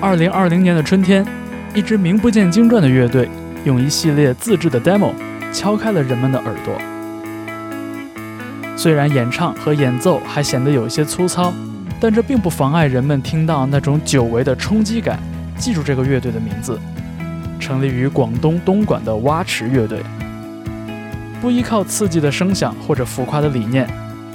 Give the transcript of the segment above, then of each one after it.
二零二零年的春天，一支名不见经传的乐队，用一系列自制的 demo 敲开了人们的耳朵。虽然演唱和演奏还显得有些粗糙，但这并不妨碍人们听到那种久违的冲击感，记住这个乐队的名字。成立于广东东莞的蛙池乐队，不依靠刺激的声响或者浮夸的理念，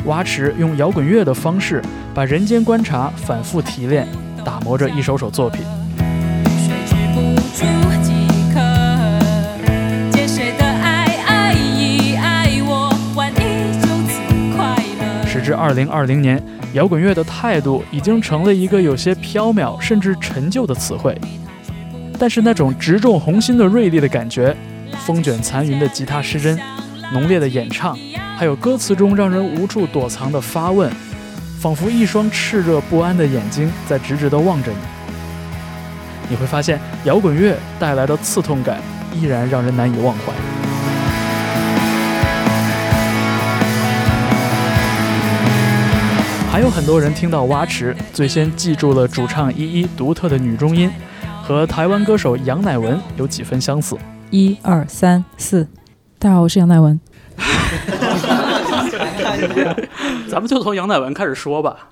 蛙池用摇滚乐的方式，把人间观察反复提炼，打磨着一首首作品。水止不住饥渴，借谁的爱爱一爱我，万一就此快乐。时至二零二零年，摇滚乐的态度已经成了一个有些缥缈甚至陈旧的词汇，但是那种直中红心的锐利的感觉，风卷残云的吉他失真，浓烈的演唱，还有歌词中让人无处躲藏的发问，仿佛一双炽热不安的眼睛在直直地望着你。你会发现，摇滚乐带来的刺痛感依然让人难以忘怀。还有很多人听到蛙池，最先记住了主唱依依独特的女中音，和台湾歌手杨乃文有几分相似。一二三四，大家好，我是杨乃文。咱们就从杨乃文开始说吧，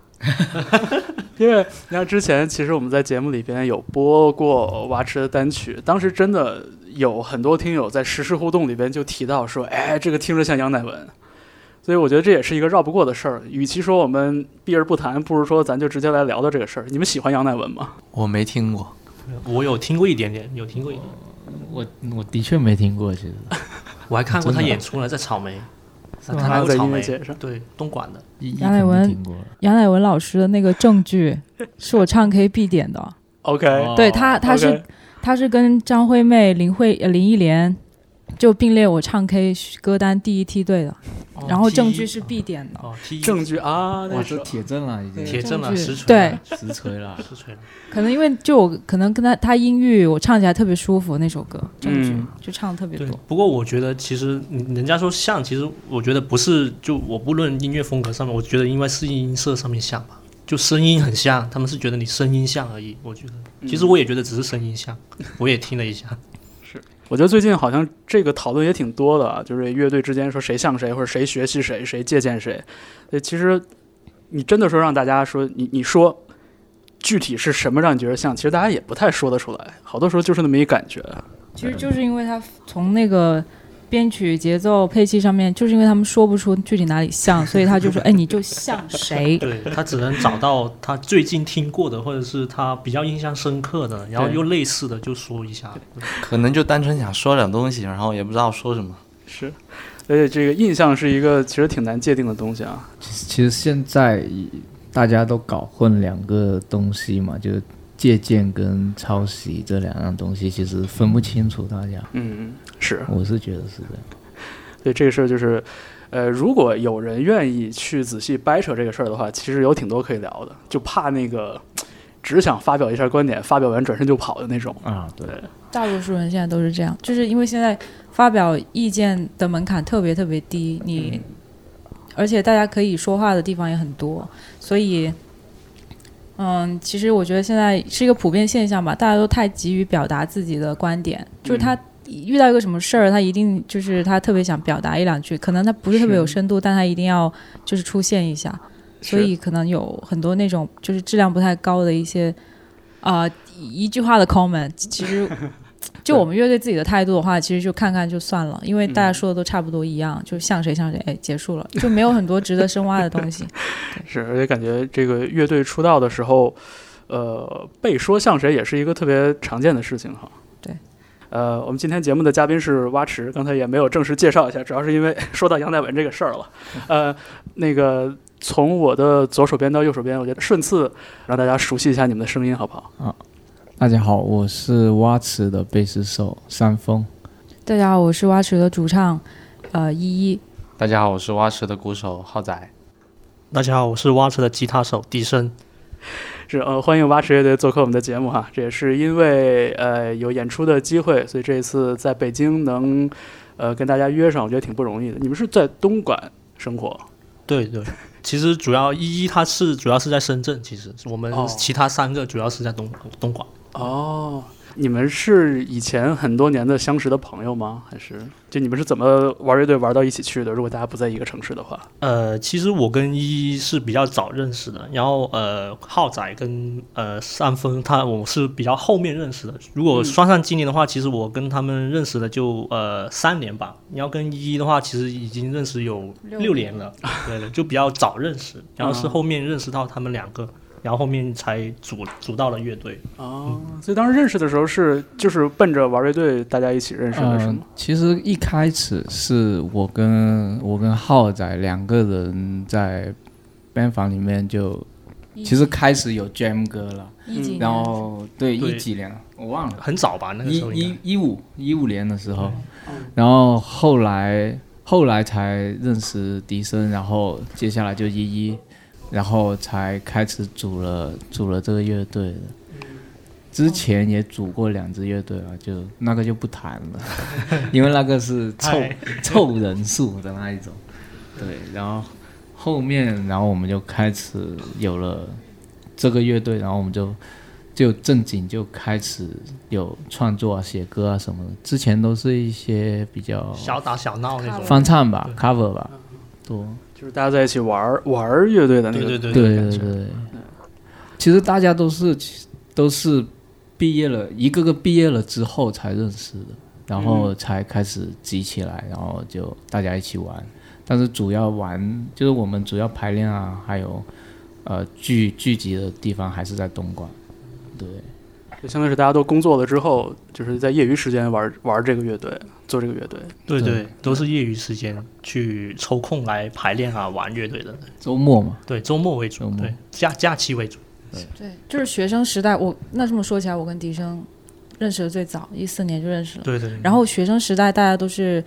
因为你看之前其实我们在节目里边有播过蛙池的单曲，当时真的有很多听友在实时互动里边就提到说，哎，这个听着像杨乃文，所以我觉得这也是一个绕不过的事儿。与其说我们避而不谈，不如说咱就直接来聊到这个事儿。你们喜欢杨乃文吗？我没听过，我有听过一点点，有听过一点，我我的确没听过，其实我还看过他真的演出呢，在草莓，看还他在过草音乐莓，节上。对，东莞的，一一杨乃肯定文听过了杨乃文老师的那个证据是我唱 K 必点的， OK，、哦对他，他是 OK 他是跟张惠妹、林慧、呃林忆莲就并列我唱 K 歌单第一梯队的，哦然后证据是必点的。哦，T 证据啊，那哇，是这铁证了已经，铁证了，证据实锤，对，实锤了。实锤啊了，可能因为就我可能跟他他音域我唱起来特别舒服那首歌，证据、嗯就唱的特别对多。。不过我觉得其实你人家说像，其实我觉得不是，就我不论音乐风格上面，我觉得应该是音色上面像吧。就声音很像，他们是觉得你声音像而已。我觉得，其实我也觉得只是声音像，我也听了一下。我觉得最近好像这个讨论也挺多的啊，就是乐队之间说谁像谁，或者谁学习谁，谁借鉴谁。呃，其实你真的说让大家说你你说具体是什么让你觉得像，其实大家也不太说得出来，好多时候就是那么一感觉。啊其实就是因为他从那个编曲、节奏、配器上面，就是因为他们说不出具体哪里像，所以他就说：“哎，你就像谁对他只能找到他最近听过的，或者是他比较印象深刻的，然后又类似的就说一下。可能就单纯想说点东西，然后也不知道说什么。是，而且这个印象是一个其实挺难界定的东西啊。其实其实现在大家都搞混两个东西嘛，就是借鉴跟抄袭这两样东西，其实分不清楚大家。嗯，是。我是觉得是这样。所以这个事儿就是，呃，如果有人愿意去仔细掰扯这个事儿的话，其实有挺多可以聊的，就怕那个只想发表一下观点，发表完转身就跑的那种。啊，对，大多数人现在都是这样，就是因为现在发表意见的门槛特别特别低，你、而且大家可以说话的地方也很多，所以，嗯，其实我觉得现在是一个普遍现象吧，大家都太急于表达自己的观点，就是他。遇到一个什么事儿，他一定就是他特别想表达一两句，可能他不是特别有深度，但他一定要就是出现一下，所以可能有很多那种就是质量不太高的一些，啊、一句话的 comment，其 实就我们乐队自己的态度的话，其实就看看就算了，因为大嗯家说的都差不多一样，就像谁像谁，哎，结束了，就没有很多值得深挖的东 西。是，而且感觉这个乐队出道的时候，呃，被说像谁也是一个特别常见的事情哈。对。呃，我们今天节目的嘉宾是蛙池，刚才也没有正式介绍一下，主要是因为 说到杨乃文这个事儿了。呃，那个从我的左手边到右手边，我觉得顺次让大家熟悉一下你们的声音，好不好？大家好，我是蛙池的贝斯手山峰。大家好，我是蛙池的主唱，呃，依依。大家好，我是蛙池的鼓手浩仔。大家好，我是蛙车的吉他手笛声。是呃，欢迎蛙池乐队做客我们的节目哈。这也是因为呃有演出的机会，所以这一次在北京能呃跟大家约上，我觉得挺不容易的。你们是在东莞生活？对对，其实主要依依他是主要是在深圳，其实我们哦其他三个主要是在东东莞。哦，你们是以前很多年的相识的朋友吗？还是就你们是怎么玩乐队玩到一起去的？如果大家不在一个城市的话，呃，其实我跟依依是比较早认识的，然后呃，浩仔跟呃三峰他我是比较后面认识的。如果算上今年的话，其实我跟他们认识的就呃三年吧。你要跟依依的话，其实已经认识有六六年了，对的，就比较早认识。然后是嗯后面认识到他们两个，然后后面才组组到了乐队。哦，所以当时认识的时候是就是奔着玩乐队大家一起认识的，是嗯吗？，其实一开始是我跟我跟浩仔两个人在 band 房里面就，其实开始有 jam 歌了，一几年然后对对一几年了我忘了，很早吧，那个一时候应该嗯一一五一五年的时候，然后后来后来才认识笛声，然后接下来就依依，然后才开始组了组了这个乐队的。嗯之前也组过两支乐队啊，就那个就不谈了， 因为那个是凑 太凑人数的那一种。对，然后后面，然后我们就开始有了这个乐队，然后我们就就正经就开始有创作啊、写歌啊什么的。之前都是一些比较小打小闹那种。翻唱吧、cover 吧多。就是大家在一起玩玩乐队的那对个，对对对对对，其实大家都是都是毕业了，一个个毕业了之后才认识的，然嗯后才开始集起来，然后就大家一起玩。但是主要玩就是我们主要排练啊，还有呃聚聚集的地方还是在东莞。对，就相当于是大家都工作了之后，就是在业余时间玩玩这个乐队，做这个乐队。对对对，都是业余时间去抽空来排练啊、玩乐队的。周末嘛，对，周末为周主，末对假假期为主。对，就是学生时代，我那这么说起来，我跟笛声认识的最早，一四年就认识了。对对，然后学生时代大家都是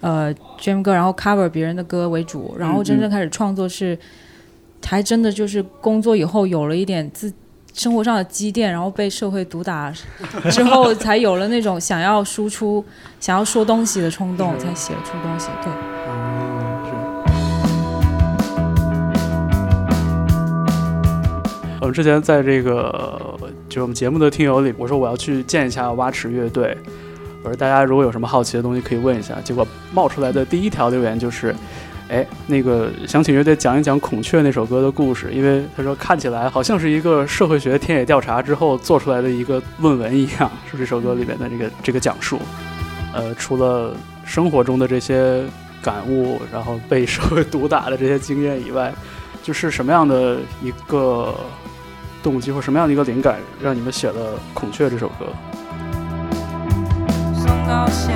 呃 jam 歌，然后 cover 别人的歌为主，然后真正开始创作是，还真的就是工作以后有了一点自。生活上的积淀，然后被社会毒打之后，才有了那种想要输出、想要说东西的冲动，才写出东西。对，哦我们之前在这个就我们节目的听友里，我说我要去见一下蛙池乐队，我说大家如果有什么好奇的东西可以问一下。结果冒出来的第一条留言就是，哎，那个想请乐队讲一讲《孔雀》那首歌的故事，因为他说看起来好像是一个社会学田野调查之后做出来的一个论文一样，是这首歌里面的这个这个讲述。呃，除了生活中的这些感悟，然后被社会毒打的这些经验以外，就是什么样的一个动机或什么样的一个灵感，让你们写了《孔雀》这首歌？上高鞋，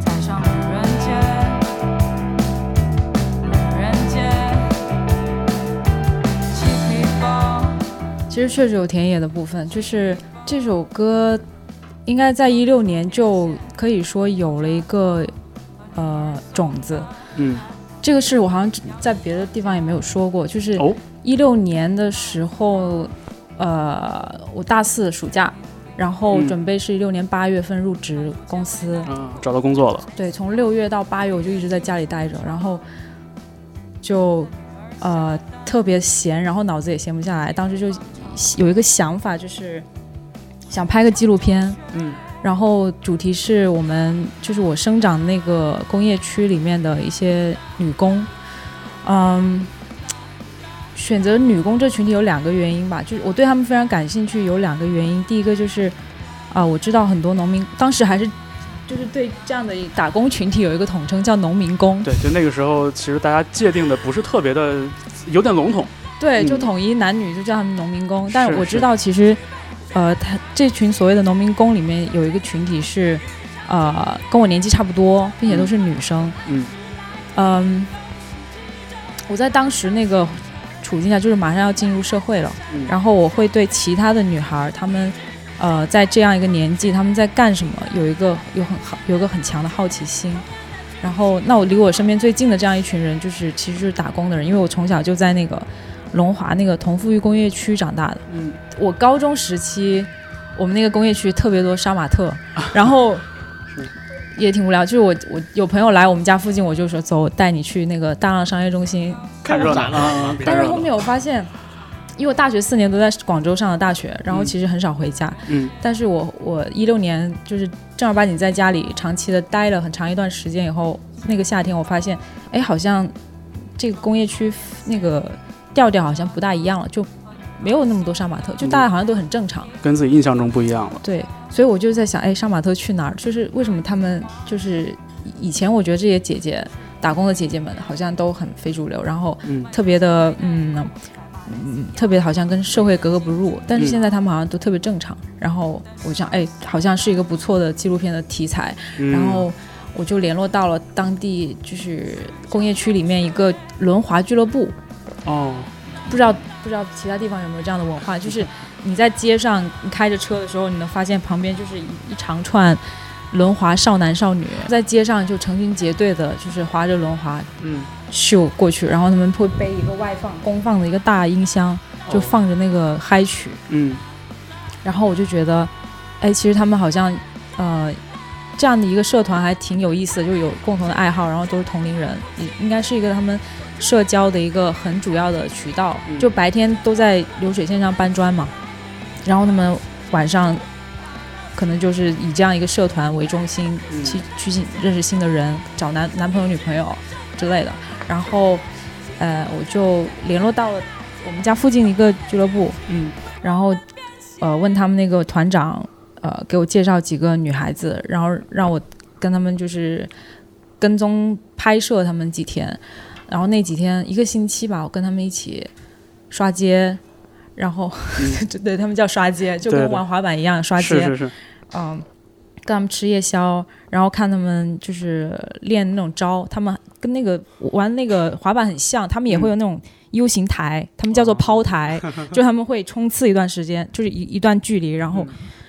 踩上女人街，女人街，鸡皮包。其实确实有田野的部分，就是这首歌应该在一六年就可以说有了一个呃种子。嗯，这个是我好像在别的地方也没有说过，就是哦一六年的时候，呃，我大四暑假，然后嗯准备是一六年八月份入职公司，啊，找到工作了，对，从六月到八月我就一直在家里待着，然后就呃特别闲，然后脑子也闲不下来，当时就有一个想法，就是想拍个纪录片，嗯，然后主题是我们就是我生长那个工业区里面的一些女工，嗯。选择女工这群体有两个原因吧，就是我对她们非常感兴趣，有两个原因。第一个就是，啊、我知道很多农民当时还是就是对这样的打工群体有一个统称叫农民工，对，就那个时候，其实大家界定的不是特别的，有点笼统，对，嗯就统一男女就叫他们农民工。是但我知道，其实，呃，他这群所谓的农民工里面有一个群体是，呃，跟我年纪差不多，并且都是女生。嗯嗯我在当时那个处境下，就是马上要进入社会了，嗯然后我会对其他的女孩儿，她们。呃，在这样一个年纪，她们在干什么，有一个有很好有一个很强的好奇心。然后，那我离我身边最近的这样一群人，就是其实就是打工的人，因为我从小就在那个龙华那个同富裕工业区长大的。嗯，我高中时期，我们那个工业区特别多杀 马特，然后是也挺无聊。就是我我有朋友来我们家附近，我就说走，我带你去那个大浪商业中心。看热闹啊，看但是热后闹，面我发现，因为我大学四年都在广州上的大学，然嗯后其实很少回家，嗯但是我我一六年就是正儿八经在家里长期的待了很长一段时间以后，那个夏天我发现，哎，好像这个工业区那个调调好像不大一样了，就没有那么多杀马特，就大家好像都很正常。跟自己印象中不一样了。对，所以我就在想，哎，杀马特去哪儿？就是为什么他们就是以前我觉得这些姐姐打工的姐姐们好像都很非主流，然后嗯特别的嗯嗯，特别好像跟社会格格不入。但是嗯现在他们好像都特别正常。然后我就想，哎，好像是一个不错的纪录片的题材。嗯然后我就联络到了当地就是工业区里面一个轮滑俱乐部，哦，不知道不知道其他地方有没有这样的文化，就是你在街上你开着车的时候，你能发现旁边就是一一长串轮滑少男少女在街上就成群结队的，就是滑着轮滑嗯，秀过去，然后他们会背一个外放公放的一个大音箱，哦就放着那个嗨曲，嗯然后我就觉得，哎，其实他们好像呃这样的一个社团还挺有意思的，就有共同的爱好，然后都是同龄人，也应该是一个他们社交的一个很主要的渠道。嗯就白天都在流水线上搬砖嘛，然后他们晚上可能就是以这样一个社团为中心，嗯去去新认识新的人，找男男朋友、女朋友之类的。然后，呃，我就联络到了我们家附近的一个俱乐部，嗯然后呃问他们那个团长，呃给我介绍几个女孩子，然后让我跟他们就是跟踪拍摄他们几天，然后那几天一个星期吧，我跟他们一起刷街，然后、 对他们叫刷街，嗯就对跟对玩滑板一样刷是街，是是，嗯，跟他们吃夜宵，然后看他们就是练那种招，他们跟那个玩那个滑板很像，他们也会有那种 U 型台，他们叫做抛台，就他们会冲刺一段时间，就是一一段距离，然后、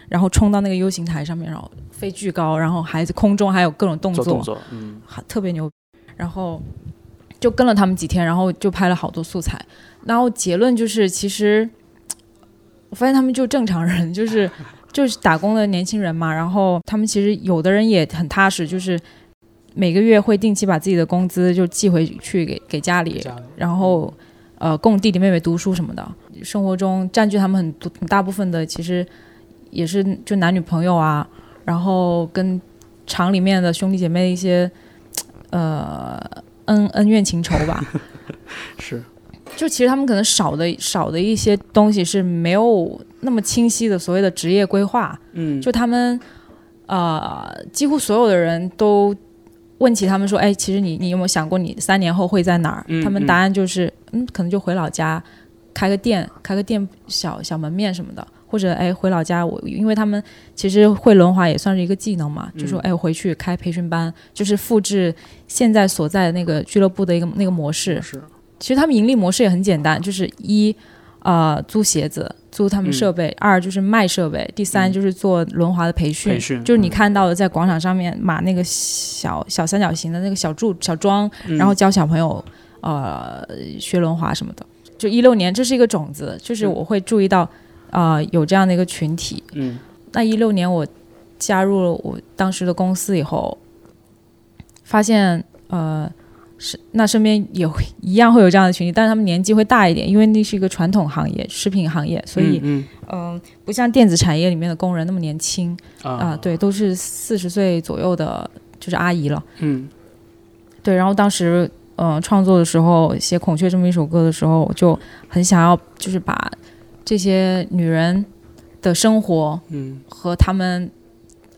然后冲到那个 U 型台上面，然后飞巨高，然后还空中还有各种动做作，动作，嗯很特别牛，然后就跟了他们几天，然后就拍了好多素材，然后结论就是，其实我发现他们就正常人，就是就是打工的年轻人嘛，然后他们其实有的人也很踏实，就是每个月会定期把自己的工资就寄回去给给家里，然后呃供弟弟妹妹读书什么的，生活中占据他们很多很大部分的，其实也是就男女朋友啊，然后跟厂里面的兄弟姐妹一些呃恩恩怨情仇吧， 是，就其实他们可能少的少的一些东西是没有那么清晰的所谓的职业规划，嗯就他们呃几乎所有的人都问起他们说，哎，其实你你有没有想过你三年后会在哪儿？嗯他们答案就是，嗯，可能就回老家开个店，开个店小小门面什么的。或者哎，回老家我，因为他们其实会轮滑也算是一个技能嗯嘛，就说哎，我回去开培训班，就是复制现在所在的那个俱乐部的一个那个模式。是，其实他们盈利模式也很简嗯单，就是一，呃，租鞋子，租他们设备；二就是卖设备；第三嗯就是做轮滑的培训，培训嗯就是你看到的在广场上面码那个小小三角形的那个小柱小桩，嗯然后教小朋友呃学轮滑什么的。就一六年，这是一个种子，就是嗯我会注意到，呃，有这样的一个群体。嗯那一六年我加入了我当时的公司以后，发现呃是那身边也会一样会有这样的群体，但是他们年纪会大一点，因为那是一个传统行业，食品行业，所以嗯嗯、呃不像电子产业里面的工人那么年轻嗯啊、啊对，都是四十岁左右的，就是阿姨了。嗯对，然后当时嗯、呃创作的时候写《孔雀》这么一首歌的时候，我就很想要就是把这些女人的生活嗯和她们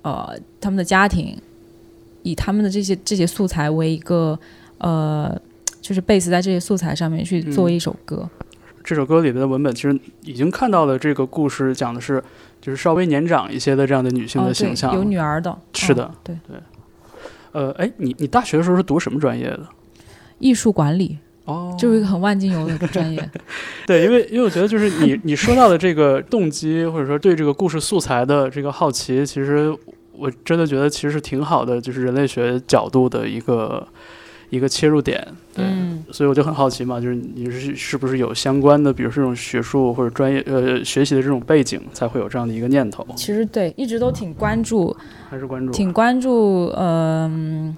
呃她们的家庭，以她们的这些这些素材为一个呃就是 base 在这些素材上面去做嗯一首歌。这首歌里的文本其实已经看到了这个故事讲的是，就是稍微年长一些的这样的女性哦的对形象。有女儿的，是嗯的对，呃，哎，你你大学的时候是读什么专业的？艺术管理哦就是一个很万金油的专业。对，因为因为我觉得就是你你说到的这个动机，或者说对这个故事素材的这个好奇，其实我真的觉得其实是挺好的，就是人类学角度的一个一个切入点。 对，嗯。所以我就很好奇嘛，就是你是是不是有相关的，比如说这种学术或者专业呃学习的这种背景，才会有这样的一个念头，其实对，一直都挺关注，还是关注？挺关注呃嗯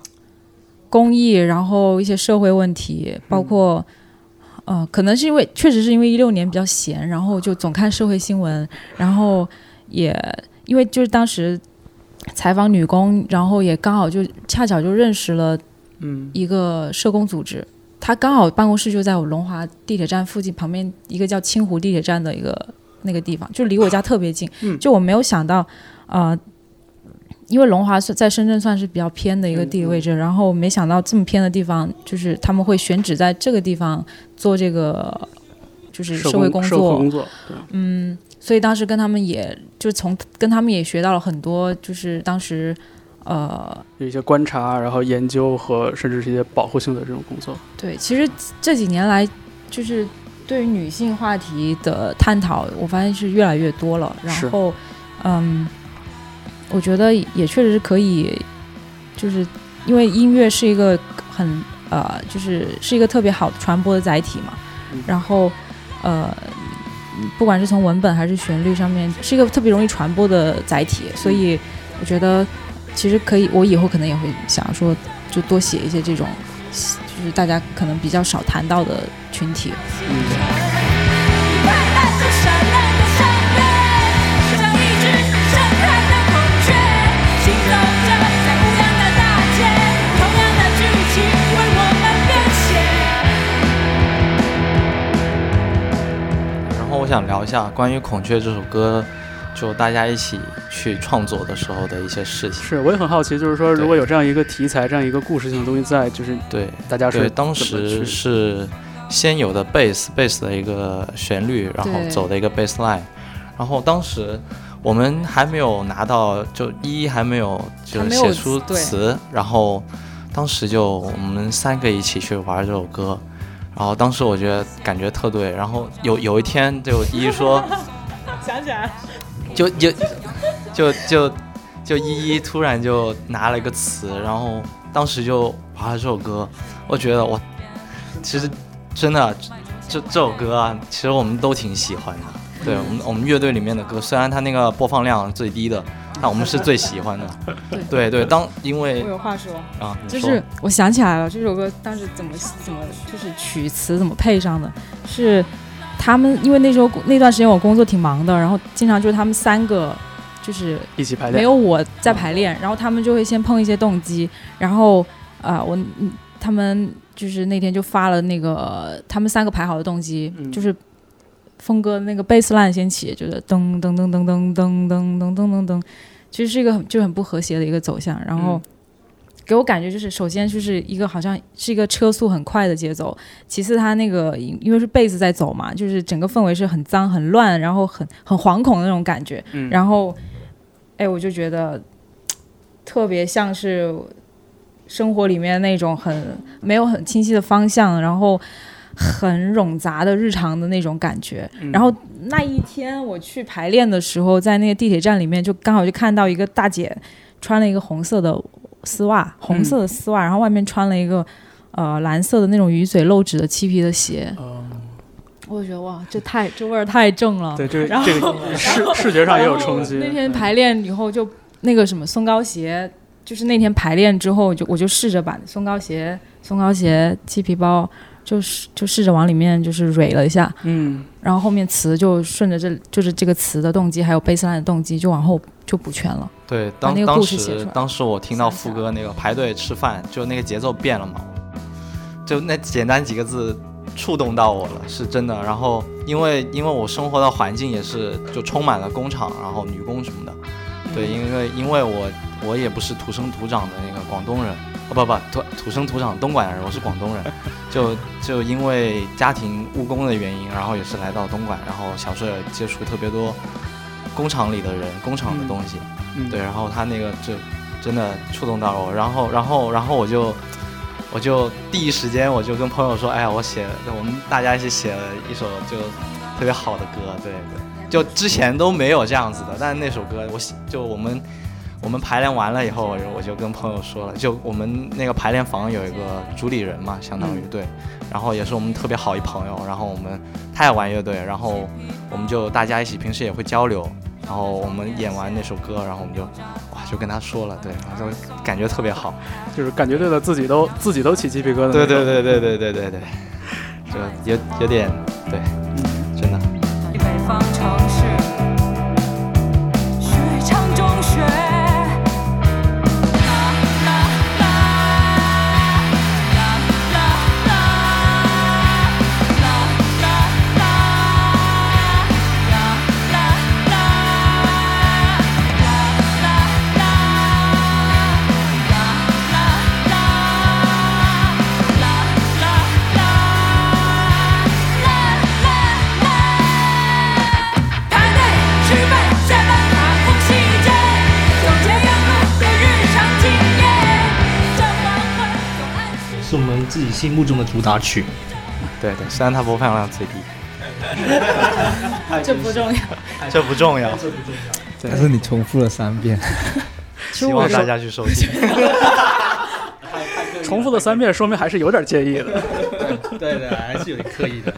公益，然后一些社会问题，包括、嗯、可能是因为确实是因为一六年比较闲，然后就总看社会新闻，然后也因为就是当时采访女工，然后也刚好就恰巧就认识了嗯一个社工组织，他刚好办公室就在我龙华地铁站附近旁边一个叫青湖地铁站的一个那个地方，就离我家特别近。嗯就我没有想到，呃，因为龙华是在深圳算是比较偏的一个地理位嗯置，然后没想到这么偏的地方，就是他们会选址在这个地方做这个就是社社会工社作，会工作，对，嗯，所以当时跟他们也就从跟他们也学到了很多，就是当时呃有一些观察，然后研究和甚至是一些保护性的这种工作。对，其实这几年来，就是对于女性话题的探讨，我发现是越来越多了。然是后，嗯，我觉得也确实是可以，就是因为音乐是一个很呃，就是是一个特别好传播的载体嘛。嗯然后，呃，不管是从文本还是旋律上面，是一个特别容易传播的载体，嗯所以我觉得其实可以，我以后可能也会想说，就多写一些这种，就是大家可能比较少谈到的群体。嗯快乐就闪亮的闪电，像一只盛开的孔雀，行走着在不一样的大街，同样的剧情为我们编写。然后我想聊一下关于《孔雀》这首歌，就大家一起去创作的时候的一些事情。是，我也很好奇，就是说，对如果有这样一个题材，这样一个故事性的东西在，就是对，大家对，是当怎么时去是先有的 bass bass 的一个旋律，然后对走的一个 bass line，然后当时我们还没有拿到，就一还没有就还是没有写出对词，然后当时就我们三个一起去玩这首歌，然后当时我觉得感觉特对，然后有有一天就一说，想起来，就就就就就一一突然就拿了一个词，然后当时就玩了这首歌，我觉得我其实真的这这首歌啊，其实我们都挺喜欢的。对我们我们乐队里面的歌，虽然它那个播放量最低的，但我们是最喜欢的。对对，当因为有话说，啊，你就说是我想起来了，这首歌当时怎么怎么就是曲词怎么配上的，是他们因为那时候那段时间我工作挺忙的，然后经常就是他们三个就是一起排没练？哦有我在排练，然后他们就会先碰一些动机，然后啊、呃我嗯他们就是那天就发了那个他们三个排好的动机，嗯就是峰哥那个 bass line 先起，就是噔噔噔噔噔噔噔噔噔噔噔，其实是一个很就很不和谐的一个走向，然后。嗯给我感觉就是，首先就是一个好像是一个车速很快的节奏，其次它那个因因为是贝斯在走嘛，就是整个氛围是很脏、很乱，然后很很惶恐的那种感觉，嗯，然后，哎，我就觉得特别像是生活里面那种很没有很清晰的方向，然后很冗杂的日常的那种感觉。嗯然后那一天我去排练的时候，在那个地铁站里面，就刚好就看到一个大姐穿了一个红色的丝袜，嗯红色的丝袜，然后外面穿了一个呃蓝色的那种鱼嘴露趾的漆皮的鞋。哦我就觉得哇，这 太这味儿太正了。对这个然后这个视视觉上也有冲击。嗯那天排练以后就那个什么松糕鞋，就是那天排练之后就我就试着把松糕鞋、松糕鞋、鸡皮包，就是就试着往里面就是蕊了一下，嗯，然后后面词就顺着这就是这个词的动机，还有 bass line 的动机，就往后就补全了。对当那个当故事写出时来当时我听到想副想歌那个排队吃饭，就那个节奏变了嘛，就那简单几个字触动到我了，是真的。然后因为因为我生活的环境也是就充满了工厂，然后女工什么的，对，嗯因为因为我我也不是土生土长的那个广东人，哦不不土土生土长东莞人，我是广东 人，就就因为家庭务工的原因，然后也是来到东莞，然后小时候也接触特别多工厂里的人，工厂的东西，嗯对，然后他那个这真的触动到了我，然后然后然后我就。我就第一时间我就跟朋友说，哎呀，我写我们大家一起写了一首就特别好的歌，对对，就之前都没有这样子的，但是那首歌我写就我们我们排练完了以后，我就我就跟朋友说了，就我们那个排练房有一个主理人嘛，相当于对，然后也是我们特别好一朋友，然后我们他也玩乐队，然后我们就大家一起平时也会交流。然后我们演完那首歌，然后我们就，哇，就跟他说了，对，然后就感觉特别好， 就是感觉对了，自己都自己都起鸡皮疙瘩。对对，对对对对对对，这有有点对，真的。北方城市，水城中学。啦啦啦，啦啦啦，啦啦啦，啦啦啦，啦啦啦，啦啦啦，啦啦啦。啦啦啦！排队、吃饭、下班、爬空、细节，总结员工的日常经验。这黄昏总暗示。是我们自己心目中的主打曲。对对，虽然它播放量最低，这不重要。这不重要，但是你重复了三遍，其实希我望说大家去收听。重复了三遍，说明还是有点介意的。对对，还是有点刻意的。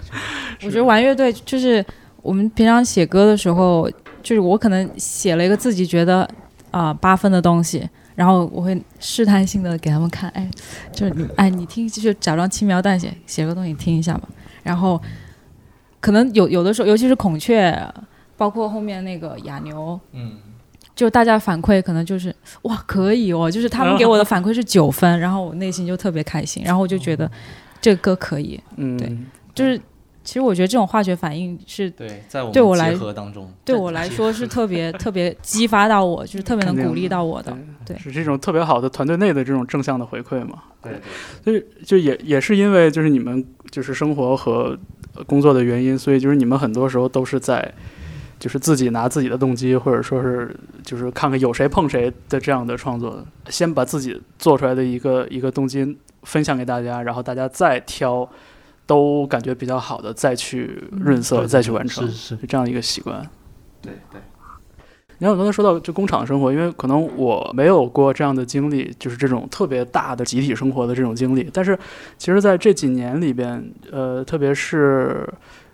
我觉得玩乐队就是我们平常写歌的时候，就是我可能写了一个自己觉得啊八、分的东西，然后我会试探性的给他们看，哎，就是你哎你听，就是假装轻描淡写写个东西听一下吧。然后可能有有的时候，尤其是孔雀，包括后面那个哑牛，嗯，就大家反馈可能就是哇可以哦，就是他们给我的反馈是九分，然后我内心就特别开心，然后我就觉得这个歌可以，对嗯，就是其实我觉得这种化学反应是对，在我对我们来结合当中，对我来说是特 别特别激发到我，就是特别能肯定鼓励到我的。对是这种特别好的团队内的这种正向的回馈嘛？对对所以就也也是因为就是你们就是生活和呃工作的原因，所以就是你们很多时候都是在就是自己拿自己的动机，或者说是就是看看有谁碰谁的这样的创作，先把自己做出来的一个一个动机分享给大家，然后大家再挑都感觉比较好的再去润嗯色，再去完成，是是是这样一个习惯。对对，你看我刚才说到就工厂生活，因为可能我没有过这样的经历，就是这种特别大的集体生活的这种经历。但是，其实在这几年里边，呃，特别是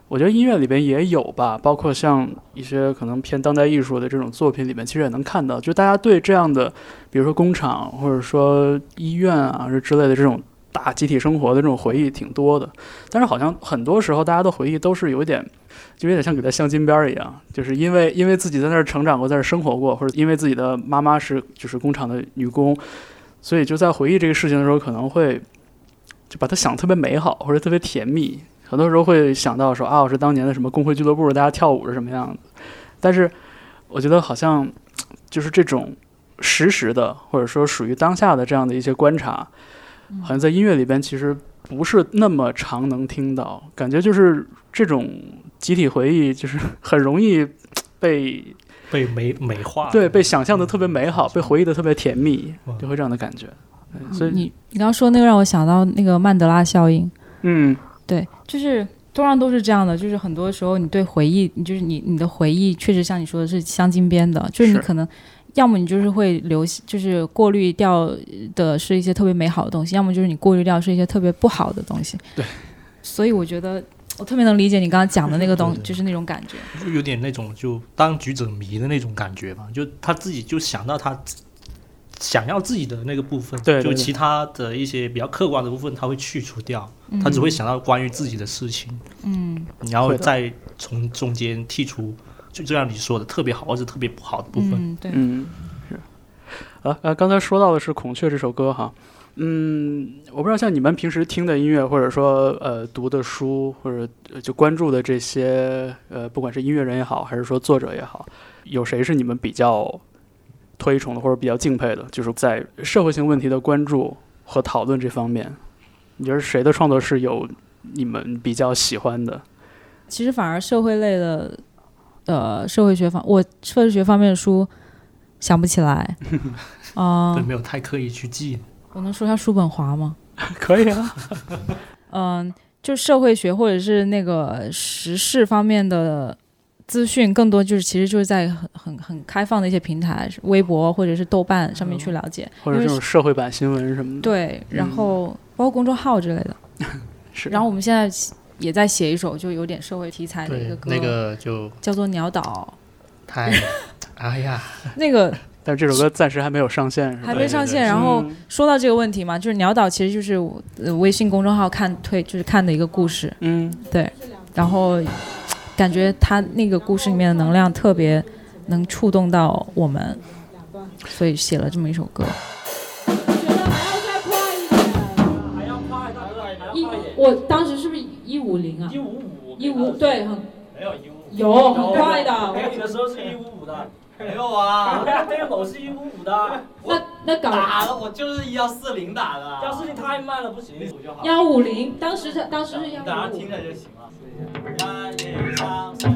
我觉得音乐里边也有吧，包括像一些可能偏当代艺术的这种作品里面，其实也能看到，就大家对这样的，比如说工厂或者说医院啊是之类的这种大集体生活的这种回忆挺多的。但是好像很多时候大家的回忆都是有一点就有点像给他镶金边儿一样，就是因为因为自己在那儿成长过，在那儿生活过，或者因为自己的妈妈是就是工厂的女工，所以就在回忆这个事情的时候，可能会就把它想得特别美好，或者特别甜蜜。很多时候会想到说啊，我是当年的什么工会俱乐部，大家跳舞是什么样的。但是我觉得好像就是这种实时的，或者说属于当下的这样的一些观察，好像在音乐里边其实不是那么常能听到，感觉就是这种集体回忆就是 很容易被被美美化，对被想象的特别美好，被回忆的特别甜蜜哇，就会这样的感觉。对所以，你你刚刚说那个让我想到那个曼德拉效应，嗯对，就是通常都是这样的，就是很多时候你对回忆，你就是你你的回忆确实像你说的是镶金边的，就是你是可能要么你就是会留，就是过滤掉的是一些特别美好的东西，要么就是你过滤掉是一些特别不好的东西。对，所以我觉得我特别能理解你刚刚讲的那个东，对对对就是那种感觉。就有点那种就当局者迷的那种感觉吧，就他自己就想到他自想要自己的那个部分，对对对就其他的一些比较客观的部分他会去除掉，他只会想到关于自己的事情，嗯，然后嗯会的再从中间剔除，就就像你说的特别好或者特别不好的部分。嗯，对，嗯，是。啊啊，刚才说到的是《孔雀》这首歌哈。嗯，我不知道像你们平时听的音乐，或者说呃读的书，或者呃就关注的这些呃，不管是音乐人也好，还是说作者也好，有谁是你们比较推崇的，或者比较敬佩的？就是在社会性问题的关注和讨论这方面，你觉得谁的创作是有你们比较喜欢 的？其实反而社会类的，呃，社会学方我社会学方面的书想不起来。啊、对，没有太刻意去记，我能说一下叔本华吗？可以啊，嗯、就社会学或者是那个时事方面的资讯，更多就是其实就是在很很很开放的一些平台，微博或者是豆瓣上面去了解。嗯或者这嗯因为种社会版新闻什么的。对，然后包括公众号之类的。是然后我们现在也在写一首就有点社会题材的一对个，歌，那个就叫做《鸟岛太，哎呀，》，那个但是这首歌暂时还没有上线，是吧还没上对对线。对然后嗯说到这个问题嘛，就是鸟岛其实就是我、呃微信公众号看推就是看的一个故事，嗯对，然后感觉他那个故事里面的能量特别能触动到我们，所以写了这么一首歌。一，我当时是不是一五零啊？一五五，一五对，很没有一五，有很快的。我的时候是一五五的，没有啊，那个某是一五五的，那那搞打了我就是幺四零打的啊，要是你太慢了不行。幺五零，当时他当时是幺大家五听零。着就行了。来一唱三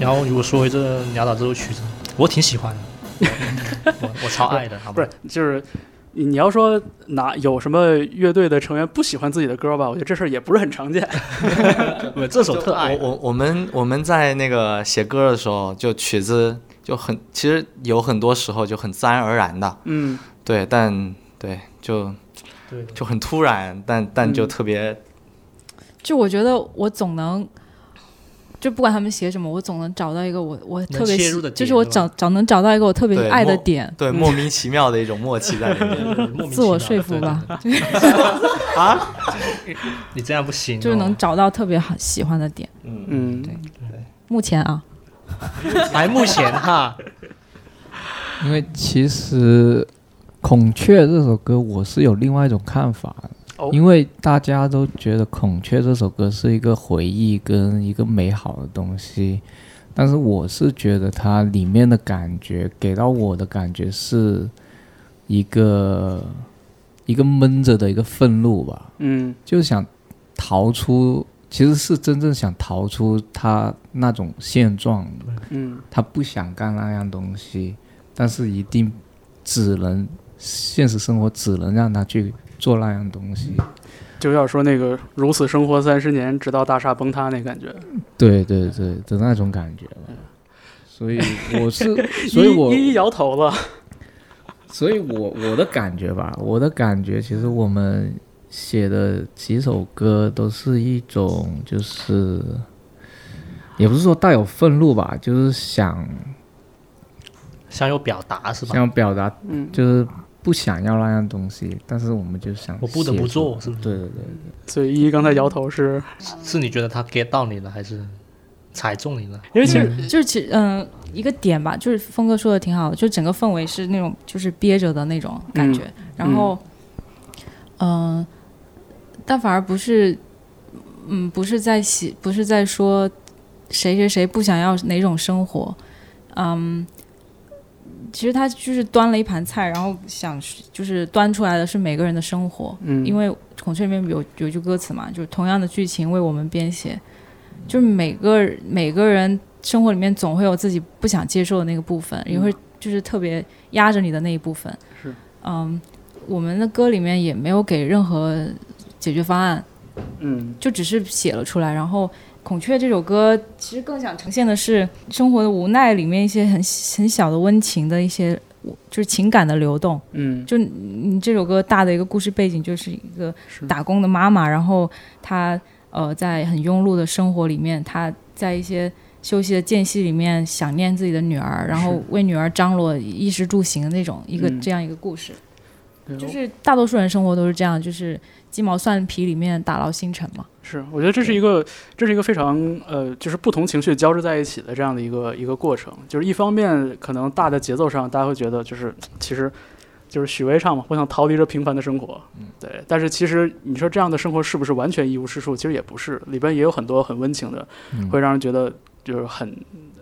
然后如果说回这个鸟岛这首曲子，我挺 喜欢的，我我超爱的，好不吧是，就是你你要说哪有什么乐队的成员不喜欢自己的歌吧，我觉得这事儿也不是很常见。 不是这首特爱的，我我我们我们在那个写歌的时候，就曲子就很，其实有很多时候就很自然而然的，嗯，对，但对就 对，就很突然，但但就特别、就我觉得我总能，就不管他们写什么，我总能找到一个我我特别切喜入的点就是我是吧找找能找到一个我特别对爱的莫点，对莫名其妙的一种默契在里莫面。名其妙自我说服对对吧对，你这样不行哦，就是能找到特别好喜欢的点。嗯，嗯，目前啊，来目前哈，因为其实《孔雀》这首歌我是有另外一种看法的，哦因为大家都觉得《孔雀》这首歌是一个回忆跟一个美好的东西，但是我是觉得它里面的感觉给到我的感觉是一个一个闷着的一个愤怒吧，嗯就是想逃出，其实是真正想逃出他那种现状的，嗯他不想干那样东西，但是一定只能现实生活只能让他去做那样东西。就要说那个如此生活三十年，直到大厦崩塌那感觉。对对对的那种感觉吧。所以我 是，所以我一一摇头了。所以我我的感觉吧，我的感觉其实我们写的几首歌都是一种就是，也不是说带有愤怒吧，就是想想有表达是吧？想表达，嗯，就是不想要那样东西，但是我们就想我不得写不出做，是不是？对对对对，所以一一刚才摇头是是你觉得他 get 到你了，还是踩中你 了？因为其实就是其嗯、一个点吧，就是峰哥说的挺好的，就整个氛围是那种就是憋着的那种感觉，然后嗯、呃但反而不是嗯不是在写不是在说谁谁谁不想要哪种生活，嗯。其实他就是端了一盘菜，然后想就是端出来的是每个人的生活，嗯，因为《孔雀》里面有有一句歌词嘛，就是同样的剧情为我们编写，就是每个每个人生活里面总会有自己不想接受的那个部分，也会就是特别压着你的那一部分。嗯是，嗯，我们的歌里面也没有给任何解决方案，嗯就只是写了出来。然后《孔雀》这首歌其实更想呈现的是生活的无奈里面一些很很小的温情的一些，就是情感的流动。嗯就你这首歌大的一个故事背景就是一个是打工的妈妈，然后她呃在很庸碌的生活里面，她在一些休息的间隙里面想念自己的女儿，然后为女儿张罗衣食住行的那种一个、嗯这样一个故事，对就是大多数人生活都是这样，就是鸡毛蒜皮里面打捞星辰嘛。是，我觉得这是一个，这是一个非常呃，就是不同情绪交织在一起的这样的一个一个过程。就是一方面，可能大的节奏上，大家会觉得就是其实就是许巍唱嘛，我想逃离这平凡的生活，嗯对。但是其实你说这样的生活是不是完全一无是处？其实也不是，里边也有很多很温情的，嗯会让人觉得就是很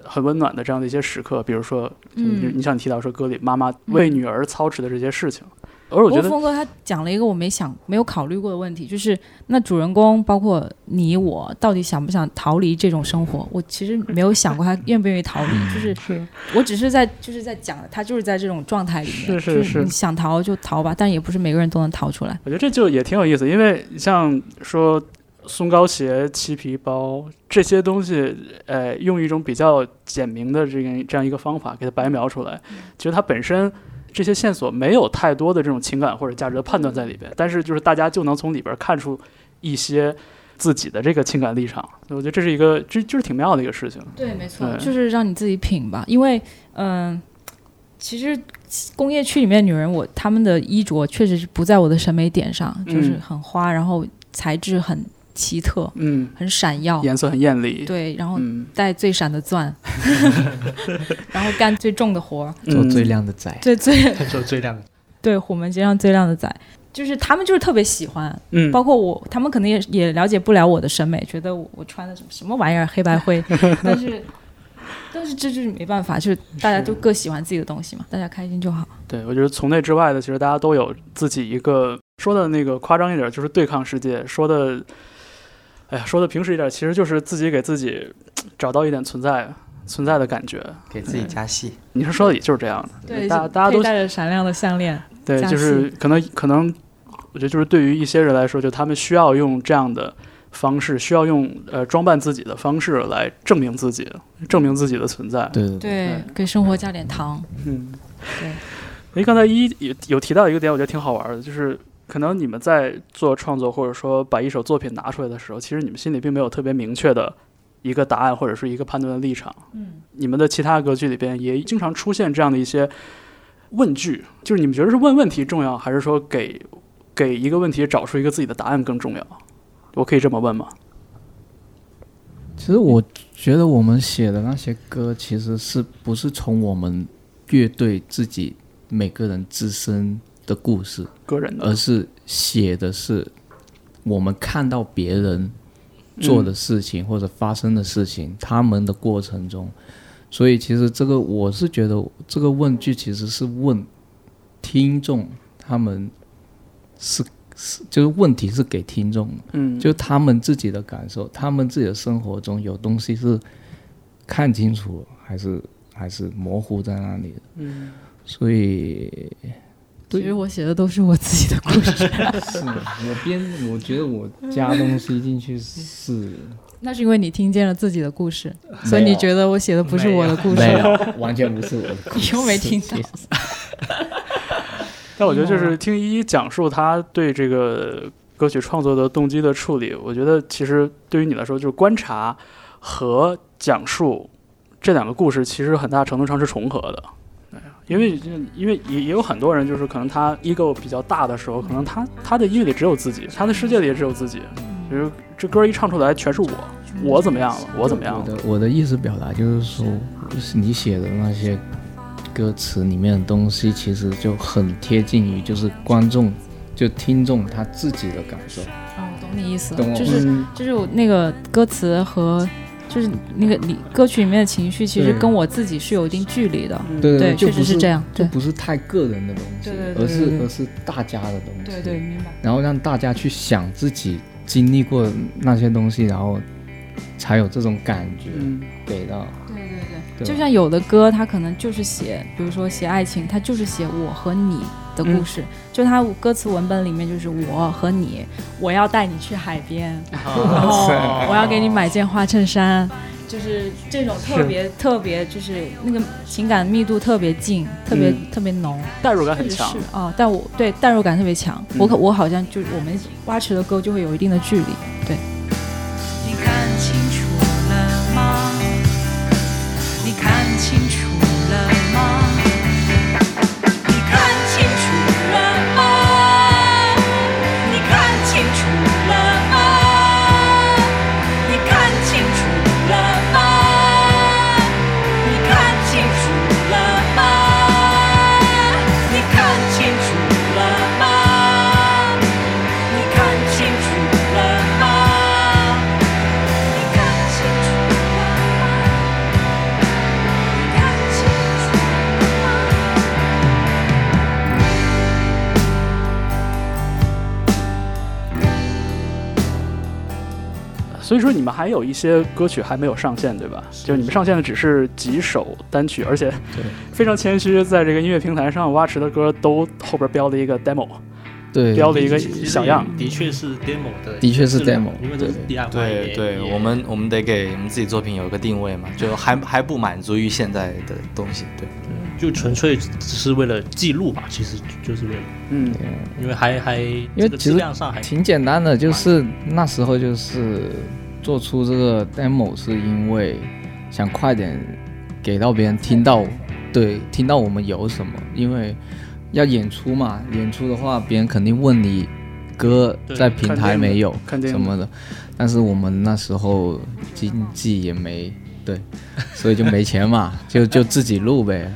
很温暖的这样的一些时刻。比如说，就是你嗯你像你提到说歌里妈妈为女儿操持的这些事情，而我觉不得过峰哥他讲了一个我没想、没有考虑过的问题，就是那主人公包括你我到底想不想逃离这种生活？我其实没有想过他愿不愿意逃离，嗯就是是我只是在就是在讲他就是在这种状态里是面，是就是你想逃就逃吧，但也不是每个人都能逃出来。我觉得这就也挺有意思，因为像说松糕鞋、漆皮包这些东西，呃，用一种比较简明的这个这样一个方法给它白描出来。其实它本身这些线索没有太多的这种情感或者价值的判断在里边，但是就是大家就能从里边看出一些自己的这个情感立场。所以我觉得这是一个，这就是挺妙的一个事情。对，没错，对就是让你自己品吧。因为，嗯、其实工业区里面的女人，我她们的衣着确实是不在我的审美点上，就是嗯很花，然后材质很奇特，嗯，很闪耀，颜色很艳丽。，哦对，然后嗯，带最闪 的钻，然后干最重的活儿，做最嗯靓的仔。最最 就最亮的。对虎门街上最靓的仔，就是他们就是特别喜欢，嗯，包括我，他们可能也也了解不了我的审美，觉得我我穿的什么什么玩意儿黑 白灰，但是但是这就是没办法，就是大家都各喜欢自己的东西嘛，大家开心就好。对，我觉得从内之外的，其实大家都有自己一个说的那个夸张一点，就是对抗世界；说的，哎呀，说的平实一点，其实就是自己给自己找到一点存在存在的感觉。给自己加戏，你是说的也就是这样的，对，大就大家可以都戴着闪亮的项链，对，加就是可能可能，我觉得就是对于一些人来说，就他们需要用这样的方式，需要用呃装扮自己的方式来证明自己，证明自己的存在。对对对，对，给生活加点糖。嗯，对。因为刚才一有有提到一个点，我觉得挺好玩的，就是可能你们在做创作或者说把一首作品拿出来的时候，其实你们心里并没有特别明确的一个答案或者是一个判断的立场。嗯，你们的其他歌剧里边也经常出现这样的一些问句，就是你们觉得是问问题重要，还是说给给一个问题找出一个自己的答案更重要？我可以这么问吗？其实我觉得我们写的那些歌，其实是不是从我们乐队自己每个人自身的故事，个人的而，是写的是我们看到别人做的事情或者发生的事情，他们的过程中。所以其实这个我是觉得这个问句其实是问听众他们是是就是问题是给听众的。嗯，就他们自己的感受，他们自己的生活中有东西是看清楚还是还是模糊在那里的，嗯所以其实我写的都是我自己的故事， 是我编，我觉得我加东西进去是那是因为你听见了自己的故事，所以你觉得我写的不是我的故事，没有，完全不是我的故你事，又没听到其实。但我觉得就是听依依讲述她对这个歌曲创作的动机的处理，我觉得其实对于你来说，就是观察和讲述这两个故事，其实很大程度上是重合的。对因为因为也也有很多人，就是可能他 ego 比较大的时候，可能他他的音乐里只有自己，他的世界里也只有自己。就是这歌一唱出来，全是我，嗯我怎么样了，我怎么样我了。的我的意思表达就是说，就是你写的那些歌词里面的东西，其实就很贴近于就是观众就听众他自己的感受。哦，我懂你意思懂了，我嗯就是就是我那个歌词和就是那个里歌曲里面的情绪，其实对跟我自己是有一定距离的。对对，就确不实是这样。就对不是太个人的东西，对对对而对是对而是大家的东西。对对，明白。然后让大家去想自己经历过那些东西，然后才有这种感觉嗯给到。对对对，对就像有的歌，它可能就是写，比如说写爱情，它就是写我和你的故事，嗯就它歌词文本里面就是我和你，我要带你去海边，啊然后我要给你买件花衬衫，就是这种特别特别，就是那个情感密度特别近，特别、嗯特别浓。代入感确很实强是。啊、但我对代入感特别强，我可我好像就我们挖池的歌就会有一定的距离，对，你看清楚了吗？你看清楚了吗？你看清楚了吗？你看清楚了吗？你看清楚了吗？你看清楚了吗？你看清楚了吗？你看清楚了吗？你看清楚了吗？你看清楚了吗？所以说你们还有一些歌曲还没有上线，对吧？就你们上线的只是几首单曲，而且非常谦虚，在这个音乐平台上，蛙池的歌都后边标了一个 demo，对，标了一个其实小样。的确是 demo 的，的确是质量 demo，因为这是对 DIY，对也对，也我们我们得给我们自己作品有一个定位嘛，就还还不满足于现在的东西。对，就纯粹只是为了记录吧，其实就是为了，嗯，因为还还因为这个其质实量上还挺简单的，就是那时候就是做出这个 demo 是因为想快点给到别人听到，对，听到我们有什么，因为要演出嘛，演出的话别人肯定问你歌对在平台没有肯定什么的，但是我们那时候经济也没对，所以就没钱嘛，就就自己录呗，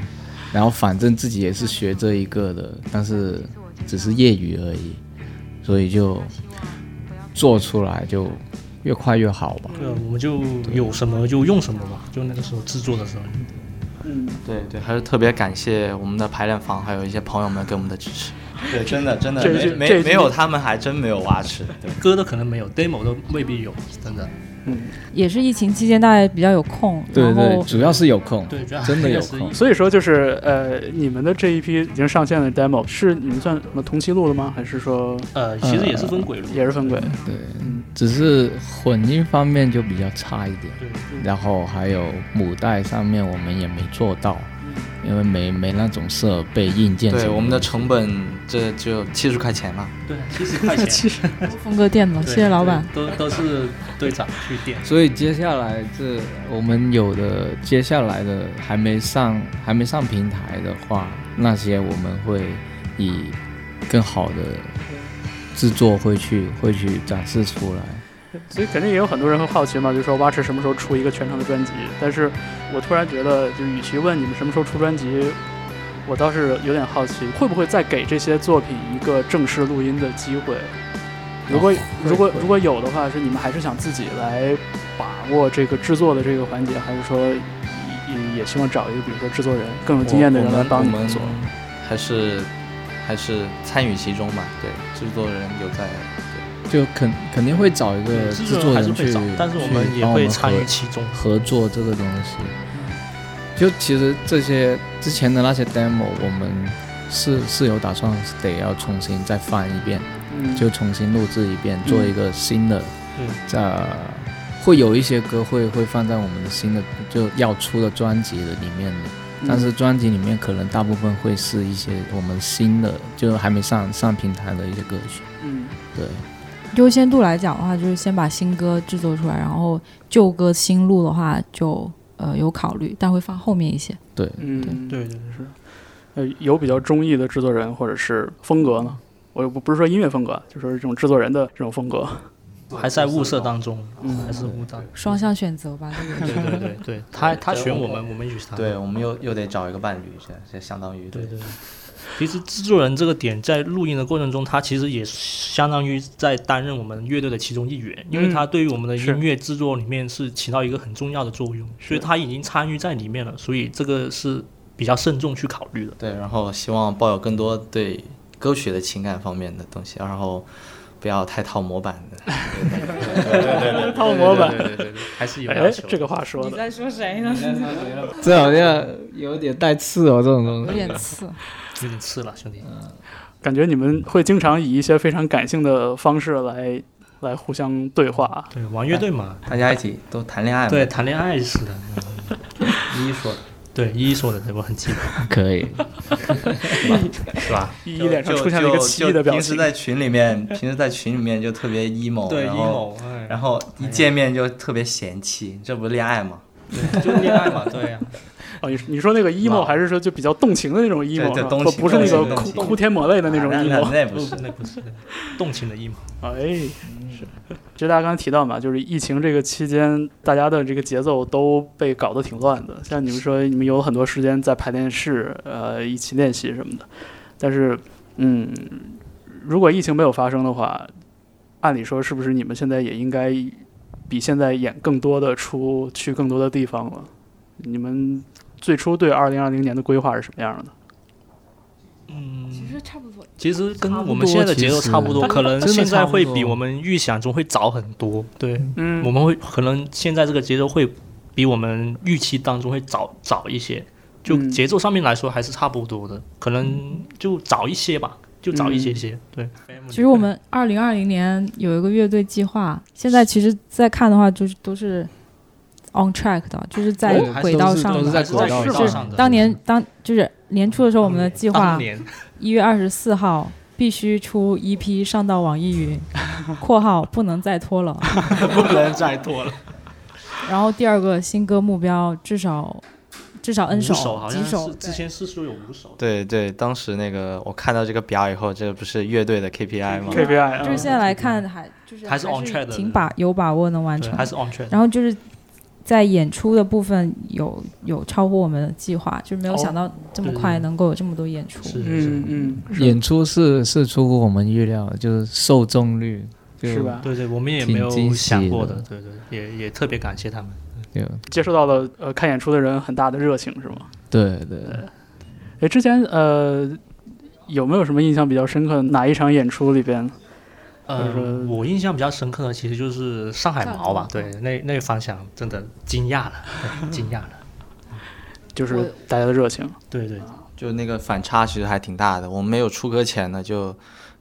然后反正自己也是学这一个的，但是只是业余而已。所以就做出来就越快越好吧。对，啊我们就有什么就用什么嘛，就那个时候制作的时候，嗯对对，还是特别感谢我们的排练坊，还有一些朋友们给我们的支持。 对，真的真的，这这没这没没有他们还真没有蛙吃。对，歌都可能没有，demo 都未必有，真的。嗯也是疫情期间大家比较有空，对然对，后主要是有空，对主要真的有还空是。所以说就是呃，你们的这一批已经上线的 demo 是你们算什么同期录的吗？还是说呃，其实也是分轨路，也是分轨？对，只是混音方面就比较差一点，对，然后还有母带上面我们也没做到，因为没没那种设备硬件什对么。我们的成本这就七十块钱嘛。对，七十 块钱，峰哥店嘛，对谢谢老板。，对都都是队长去点。所以接下来这我们有的接下来的还没上还没上平台的话，那些我们会以更好的制作会去会去展示出来。所以肯定也有很多人会好奇嘛，就说 Watch 什么时候出一个全程的专辑？但是我突然觉得，就与其问你们什么时候出专辑，我倒是有点好奇，会不会再给这些作品一个正式录音的机会？如果、如果如果有的话，是你们还是想自己来把握这个制作的这个环节，还是说也也希望找一个比如说制作人更有经验的我人来帮你我们做我？们还是还是参与其中嘛。对，制作人有在。就肯肯定会找一个制制作作人还是人会去找，，但是我们去也帮我会们参与合其中。合作这个东西。就其实这些之前的那些 demo，我们是是有打算得要重新再翻一遍，嗯，就重新录制一遍，做一个新的嗯，在会有一些歌会会放在我们的新的就要出的专辑的里面的，但是专辑里面可能大部分会是一些我们新的，就还没上上平台的一些歌曲。嗯对，优先度来讲的话，就是先把新歌制作出来，然后旧歌新录的话就呃有考虑，但会放后面一些。嗯嗯，对对是。呃，有比较中意的制作人或者是风格吗？我不不是说音乐风格，就说这种制作人的这种风格。对，还在物色当中，嗯 还是物 当。双向选择吧，这个对对对对，他他选我们，我们也选他。对，我们又又得找一个伴侣，这这相当于对对。对其实制作人这个点在录音的过程中，他其实也相当于在担任我们乐队的其中一员，因为他对于我们的是音乐制作里面是起到一个很重要的作用，所以他已经参与在里面了，所以这个是比较慎重去考虑的。对，然后希望抱有更多对歌曲的情感方面的东西，然后不要太套模板的。套模板。对对对对，还是有哎要求，的。这个话说的，在说谁呢？这好像有点带刺哦，这种东有。点刺。有点刺了，兄弟。感觉你们会经常以一些非常感性的方式来来互相对话。对，玩乐队嘛，大家一起都谈恋爱嘛，对，，谈恋爱似的。一一说的，对，依依说的，我很记得，可以，是吧？依依就脸上就出现了一个就奇异的就表平情时。在群里面， 平时在群里面就特别 emo，然哦后哎然后一见面就特别嫌弃，这不是恋爱吗？对，就是恋爱嘛，对呀、哦，你你说那个 emo 还是说就比较动情的那种 emo，对是吧啊动不情不是那动个情哭动情哭天抹泪的那种啊那 emo。 那那不不是。那不是动情的一毛。哎，嗯是。就大家刚才提到嘛，就是疫情这个期间，大家的这个节奏都被搞得挺乱的。像你们说，你们有很多时间在排练室，呃，一起练习什么的。但是，嗯，如果疫情没有发生的话，按理说是不是你们现在也应该比现在演更多的出去更多的地方了？你们最初对二零二零年的规划是什么样的？嗯，实差不多，其实跟我们现在的节奏差不多，可能真的现在会差不多比我们预想中会早很多。对，嗯我们会可能现在这个节奏会比我们预期当中会早早一些，就嗯节奏上面来说还是差不多的，可能就早一些吧。就早一些些。嗯对， 其实我们二零二零年有一个乐队计划，现在其实在看的话，就是都是 on track 的，就是在对还是轨都道是上都的。是在还是在轨道轨道上的当年当就是年初的时候，我们的计划当年一月二十四号必须出 EP 上到网易云 （括号不能再拖了不能再 拖了，）。然后第二个新歌目标至少至少 N 五首首好几像首是，之前是说有五首，对对，当时那个我看到这个表以后，这不是乐队的 KPI 吗？ KPI 啊就是现在来看还就是嗯还是 on track 的挺把有把握能完对，成。还是 on track 的。然后就是在演出的部分有有超过我们的计划，就是没有哦想到这么对快能够有这么多演出。是嗯是，嗯，是演出是是出乎我们预料的，就是受众率就是吧？对对，我们也挺没有惊喜想过的的，对对，也也特别感谢他们。就接受到了呃看演出的人很大的热情是吗？对对，哎，之前呃有没有什么印象比较深刻的哪一场演出里边？呃或者说，我印象比较深刻的其实就是上海毛吧，嗯上海对，那那个方向真的惊讶 了，对惊讶了，就是我大家的热情，对对，就那个反差其实还挺大的。我们没有出歌前呢，就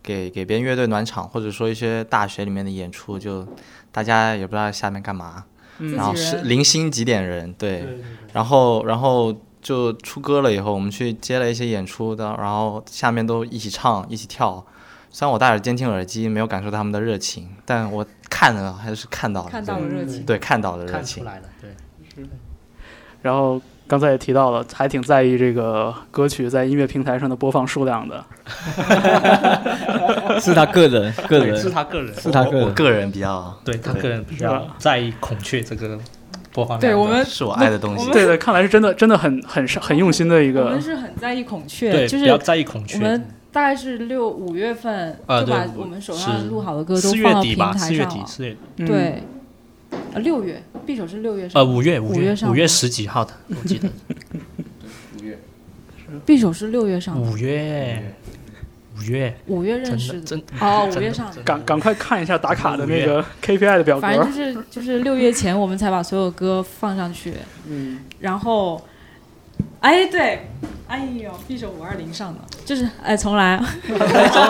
给给别人乐队暖场，或者说一些大学里面的演出，就大家也不知道下面干嘛，嗯然后是零星几点人，对，对然后然后就出歌了以后，我们去接了一些演出的，然后下面都一起唱一起跳。虽然我戴着监听耳机没有感受他们的热情，但我看了还是看到了，看到了热情，对看到了热看出情，来了，对，然后刚才也提到了，还挺在意这个歌曲在音乐平台上的播放数量的。 是他个人个对 是人他个人，是他个我我人，个人比较对他对个人比是较吧在意孔雀这个播放量的，对我们是我爱的东西，对对，看来是真的，真的很很上很用心的一我个们。是很在意孔雀，对就比较是在意孔我雀，们大概是六五月份呃就把对我们手是上录好的歌都四放月到底平吧，台四月上底，了，四月嗯，对，呃六月匕首是六月上呃五月五月月上五月吗十几号的，我 记得匕首是六月上的，五月五月，五月嗯真认识的的真哦，五真月的上的，赶赶快看一下打卡的那个 KPI 的表反正格就。是就是六月前我们才把所有歌放上去，嗯，然后，哎对，哎呦，匕首五二零上的，就是哎重来，重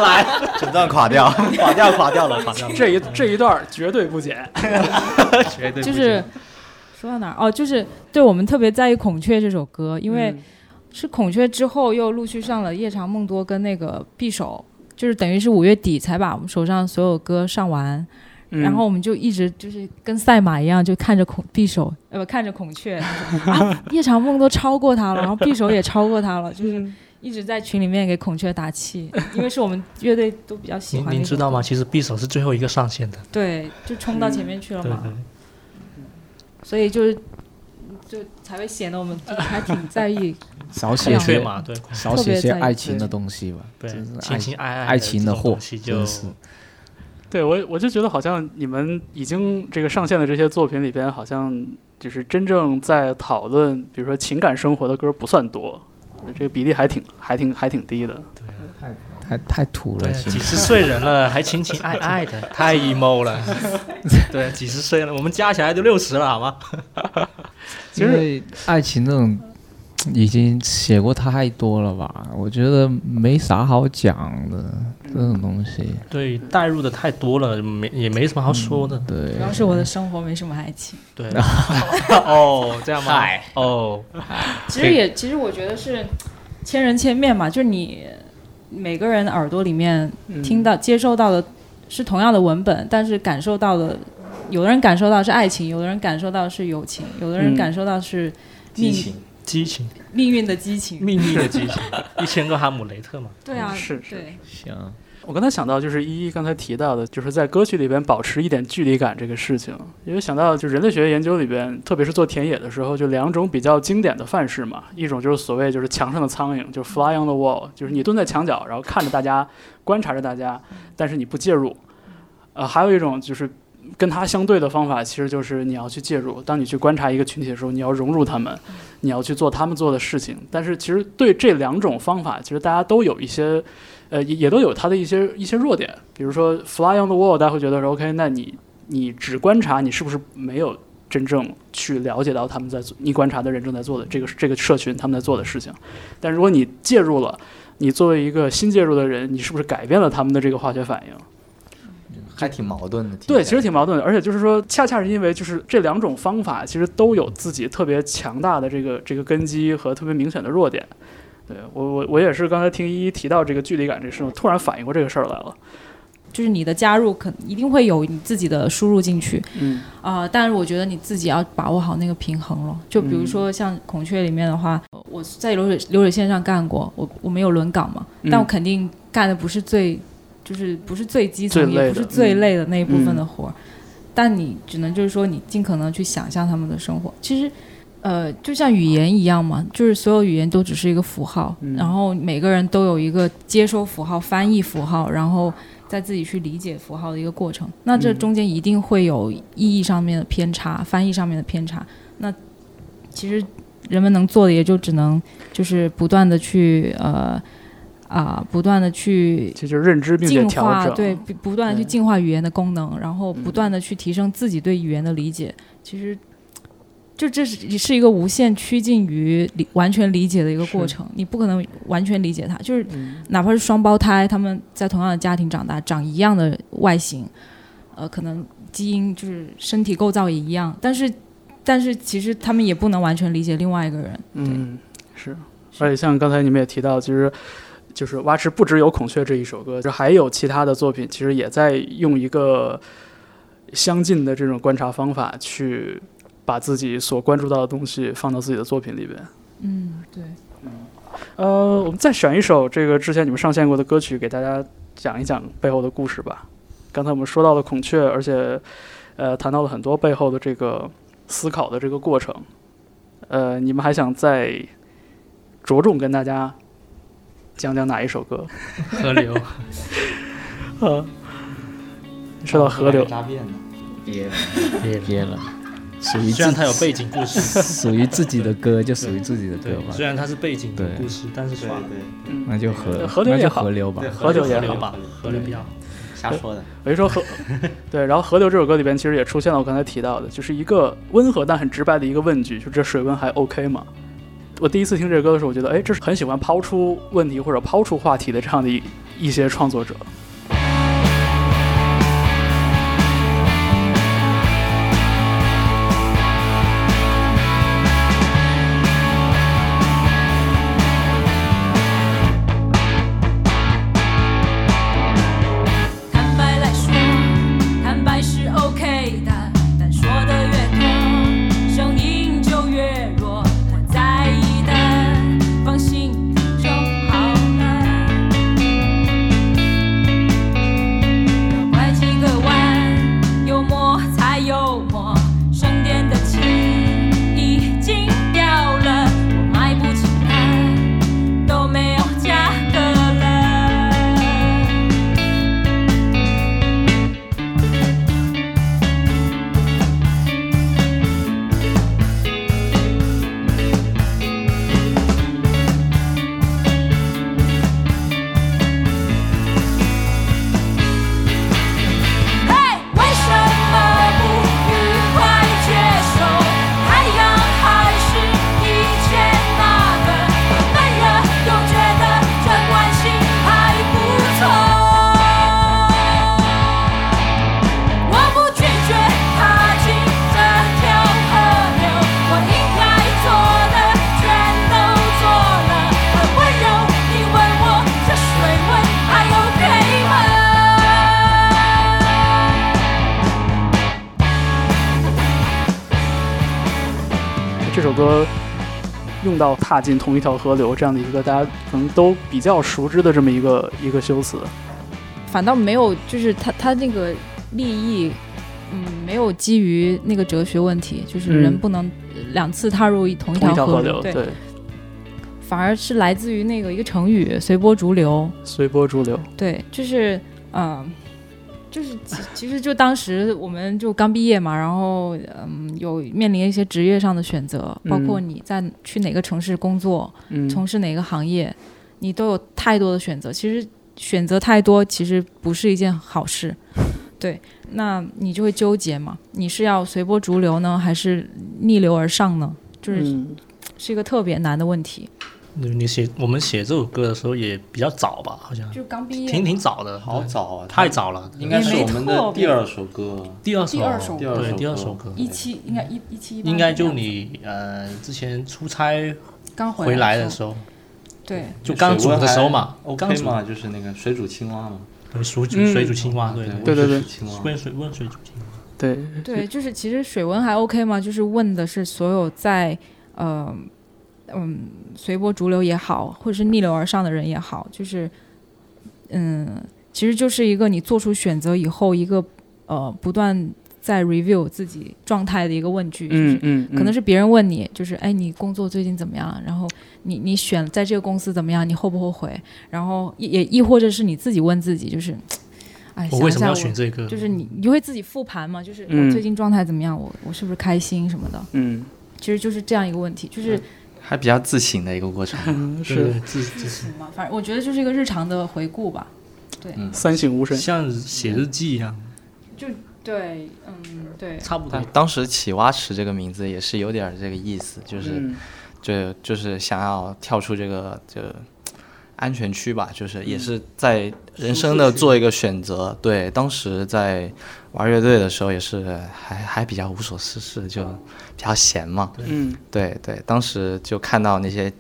来， 整段垮掉，垮掉，垮掉了，垮掉了。这一这一段儿绝对不减。绝哎对 就不是说到哪儿哦，就是对我们特别在意《孔雀》这首歌，因嗯为是《孔雀》之后又陆续上了《夜长梦多》跟那个《匕首》，就是等于是五月底才把我们手上所有歌上完，嗯，然后我们就一直就是跟赛马一样，就看着孔匕首，呃，不看着孔雀， 就是啊，夜长梦都超过它了，然后匕首也超过它了，就是一直在群里面给孔雀打气， 因为是我们乐队都比较喜欢您那您种知道吗？？其实匕首是最后一个上线的，对，就冲到前面去了对嘛，对。所以就是就才会显得我们就是还挺在 意。少孔写雀些嘛，对少写些爱情特别在的意东西吧，对真是，爱情情爱爱爱情的的货，就真是对我我就觉得好像你们已经这个上线的这些作品里边，好像就是真正在讨论，比如说情感生活的歌不算多，这个比例还挺还挺还挺低的。太太土对了，几其实十岁人了还情情爱爱 的，太 emo 了。对，几十岁了，我们加起来都六十了，好吗？其实因为爱情这种已经写过太多了吧，我觉得没啥好讲的这种东西。对，代入的太多了，没也没什么好说的。对主，要是我的生活没什么爱情，对， 哦，这样吗？哦，其实也其实我觉得是千人千面嘛，就是你每个人耳朵里面听到、接受到的是同样的文本，但是感受到的，有的人感受到是爱情，有的人感受到是友情，有的嗯人感受到是激命、情，激情，命运的激情。秘密的激情，一千个哈姆雷特嘛。对啊，嗯是是对，行，我刚才想到，就是依依刚才提到的，就是在歌曲里边保持一点距离感这个事情，因为想到就人类学研究里边，特别是做田野的时候，就两种比较经典的范式嘛，一种就是所谓就是墙上的苍蝇，就是 fly on the wall，就是你蹲在墙角，然后看着大家，观察着大家，但是你不介入。呃，还有一种就是跟它相对的方法，其实就是你要去介入。当你去观察一个群体的时候，你要融入他们，你要去做他们做的事情。但是其实对这两种方法，其实大家都有一些，呃，也也都有它的一些一些弱点。比如说 fly on the wall，大家会觉得说 OK，那你你只观察，你是不是没有？真正去了解到他们在做，你观察的人正在做的这个这个社群他们在做的事情，但如果你介入了，你作为一个新介入的人，你是不是改变了他们的这个化学反应？ 还挺矛盾的。听起来对，其实挺矛盾的，而且就是说，恰恰是因为就是这两种方法其实都有自己特别强大的这个这个根基和特别明显的弱点。对我我我也是刚才听依依提到这个距离感这个事，我突然反应过这个事儿来了。就是你的加入肯一定会有你自己的输入进去嗯啊、但是我觉得你自己要把握好那个平衡了。就比如嗯说像孔雀里面的话，呃我在流水流水线上干过，我我们有轮岗嘛，嗯但我肯定干的不是最，就是不是最基最层，累的嗯也不是最累的那一部分的活儿。但你只能就是说，你尽可能去想象他们的生活。其实，呃，就像语言一样嘛，就是所有语言都只是一个符号，嗯然后每个人都有一个接收符号、翻译符号，然后再自己去理解符号的一个过程。那这中间一定会有意义上面的偏差、翻译上面的偏差。那其实人们能做的也就只能就是不断的去呃啊、不断的去这就是认知并且进调化，整。对，不不断的去对进化语言的功能，然后嗯不断的去提升自己对语言的理解。其实，就这是是一个无限趋近于理完全理解的一个过是程，你不可能完全理解它。就是嗯哪怕是双胞胎，他们在同样的家庭长大，长一样的外形，呃，可能基因就是身体构造也一样，但是但是其实他们也不能完全理解另外一个人。嗯，是。而且像刚才你们也提到，其实就是蛙池不只有《孔雀》这一首歌，就是还有其他的作品，其实也在用一个相近的这种观察方法去把自己所关注到的东西放到自己的作品里边。嗯，对。呃，我们再选一首这个之前你们上线过的歌曲，给大家讲一讲背后的故事吧。刚才我们说到了孔雀，而且呃谈到了很多背后的这个思考的这个过程。呃，你们还想再着重跟大家讲讲哪一首歌？河 流，呃，哦说到河流，扎辫子，别了别了，属于虽自然它有背景故 事，属于自己的歌就属于自己的歌对，吧虽，然它是背景对故事，但是对算了，对，那就河河流那也就好河流吧对。河流也河好流吧，河流比较好。瞎说的。我就说 河，对，然后河流这首歌里边其实也出现了我刚才提到的，就是一个温和但很直白的一个问句，就这水温还 OK 吗？我第一次听这个歌的时候，我觉得，哎，这是很喜欢抛出问题或者抛出话题的这样的一一些创作者。坦白来说，坦白是 OK 的，但说的越多，声音就越弱。我在意的，放心就好了。要拐几个弯，幽默才幽默，省点的气已经掉了，我买不起它，都没有价格了。嘿，为什么不愉快接受？太阳还是以前那个慢热，又觉得这关系还不错。我不拒绝踏进这条河流，我应该做的全都做了，很温柔。你问我这水温还 OK 吗？这首歌用到“踏进同一条河流”这样的一个大家可能都比较熟知的这么一个一个修辞。反倒没有，就是他他那个利益，嗯，没有基于那个哲学问题，就是人嗯不能呃两次踏入一同一同一条条河流，流，对，，反而是来自于那个一个成语“随波逐流随波逐流。”，对，就是嗯、呃就是其其实就当时我们就刚毕业嘛，然后嗯，有面临一些职业上的选择，包括嗯你在去哪个城市工作，嗯，从事哪个行业，你都有太多的选择。其实选择太多，其实不是一件 好事。对，那你就会纠结嘛？你是要随波逐流呢，还是逆流而上呢？就是嗯是一个特别难的问题。你写我们写这首歌的时候也比较早吧，好像就刚毕业，挺挺早的，好对，早啊，太早了。应该是我们的第二首歌，第二首，第二首第二首对，歌第二首歌，一七应该一一七一八，应该就你呃之前出差刚回来的候，时候，对，就刚组的时候嘛，刚 OK 组嘛，就是那个水煮青蛙嘛，对水煮嗯水煮青蛙，对对对对水煮青蛙问水问水煮青蛙，对，对，就是其实水文还 OK 嘛，就是问的是所有在呃嗯随波逐流也好，或者是逆流而上的人也好，就是嗯，其实就是一个你做出选择以后，一个呃不断在 review 自己状态的一个问句，就是嗯嗯，可能是是别人问你，就是哎，你工作最近怎么样？然后你你选在这个公司怎么样？你后不后悔？然后也也亦或者是你自己问自己，就是，哎，我想为一什么下要我选这个？就是你你会自己复盘嘛？就是嗯我最近状态怎么样？我我是不是开心什么的？嗯其实就是这样一个问题，就是还比较自省的一个过程。嗯对是对自自己什么？反正我觉得就是一个日常的回顾吧。三省吾身。像写日记一样，对，嗯，对，差不多但。当时起蛙池这个名字也是有点儿这个意思，就是、嗯就就是想要跳出这个就安全区吧，就是也是在人生的做一个选择。对，当时在玩乐队的时候也是还还比较无所事事，就比较闲嘛。嗯对对，当时就看到那些。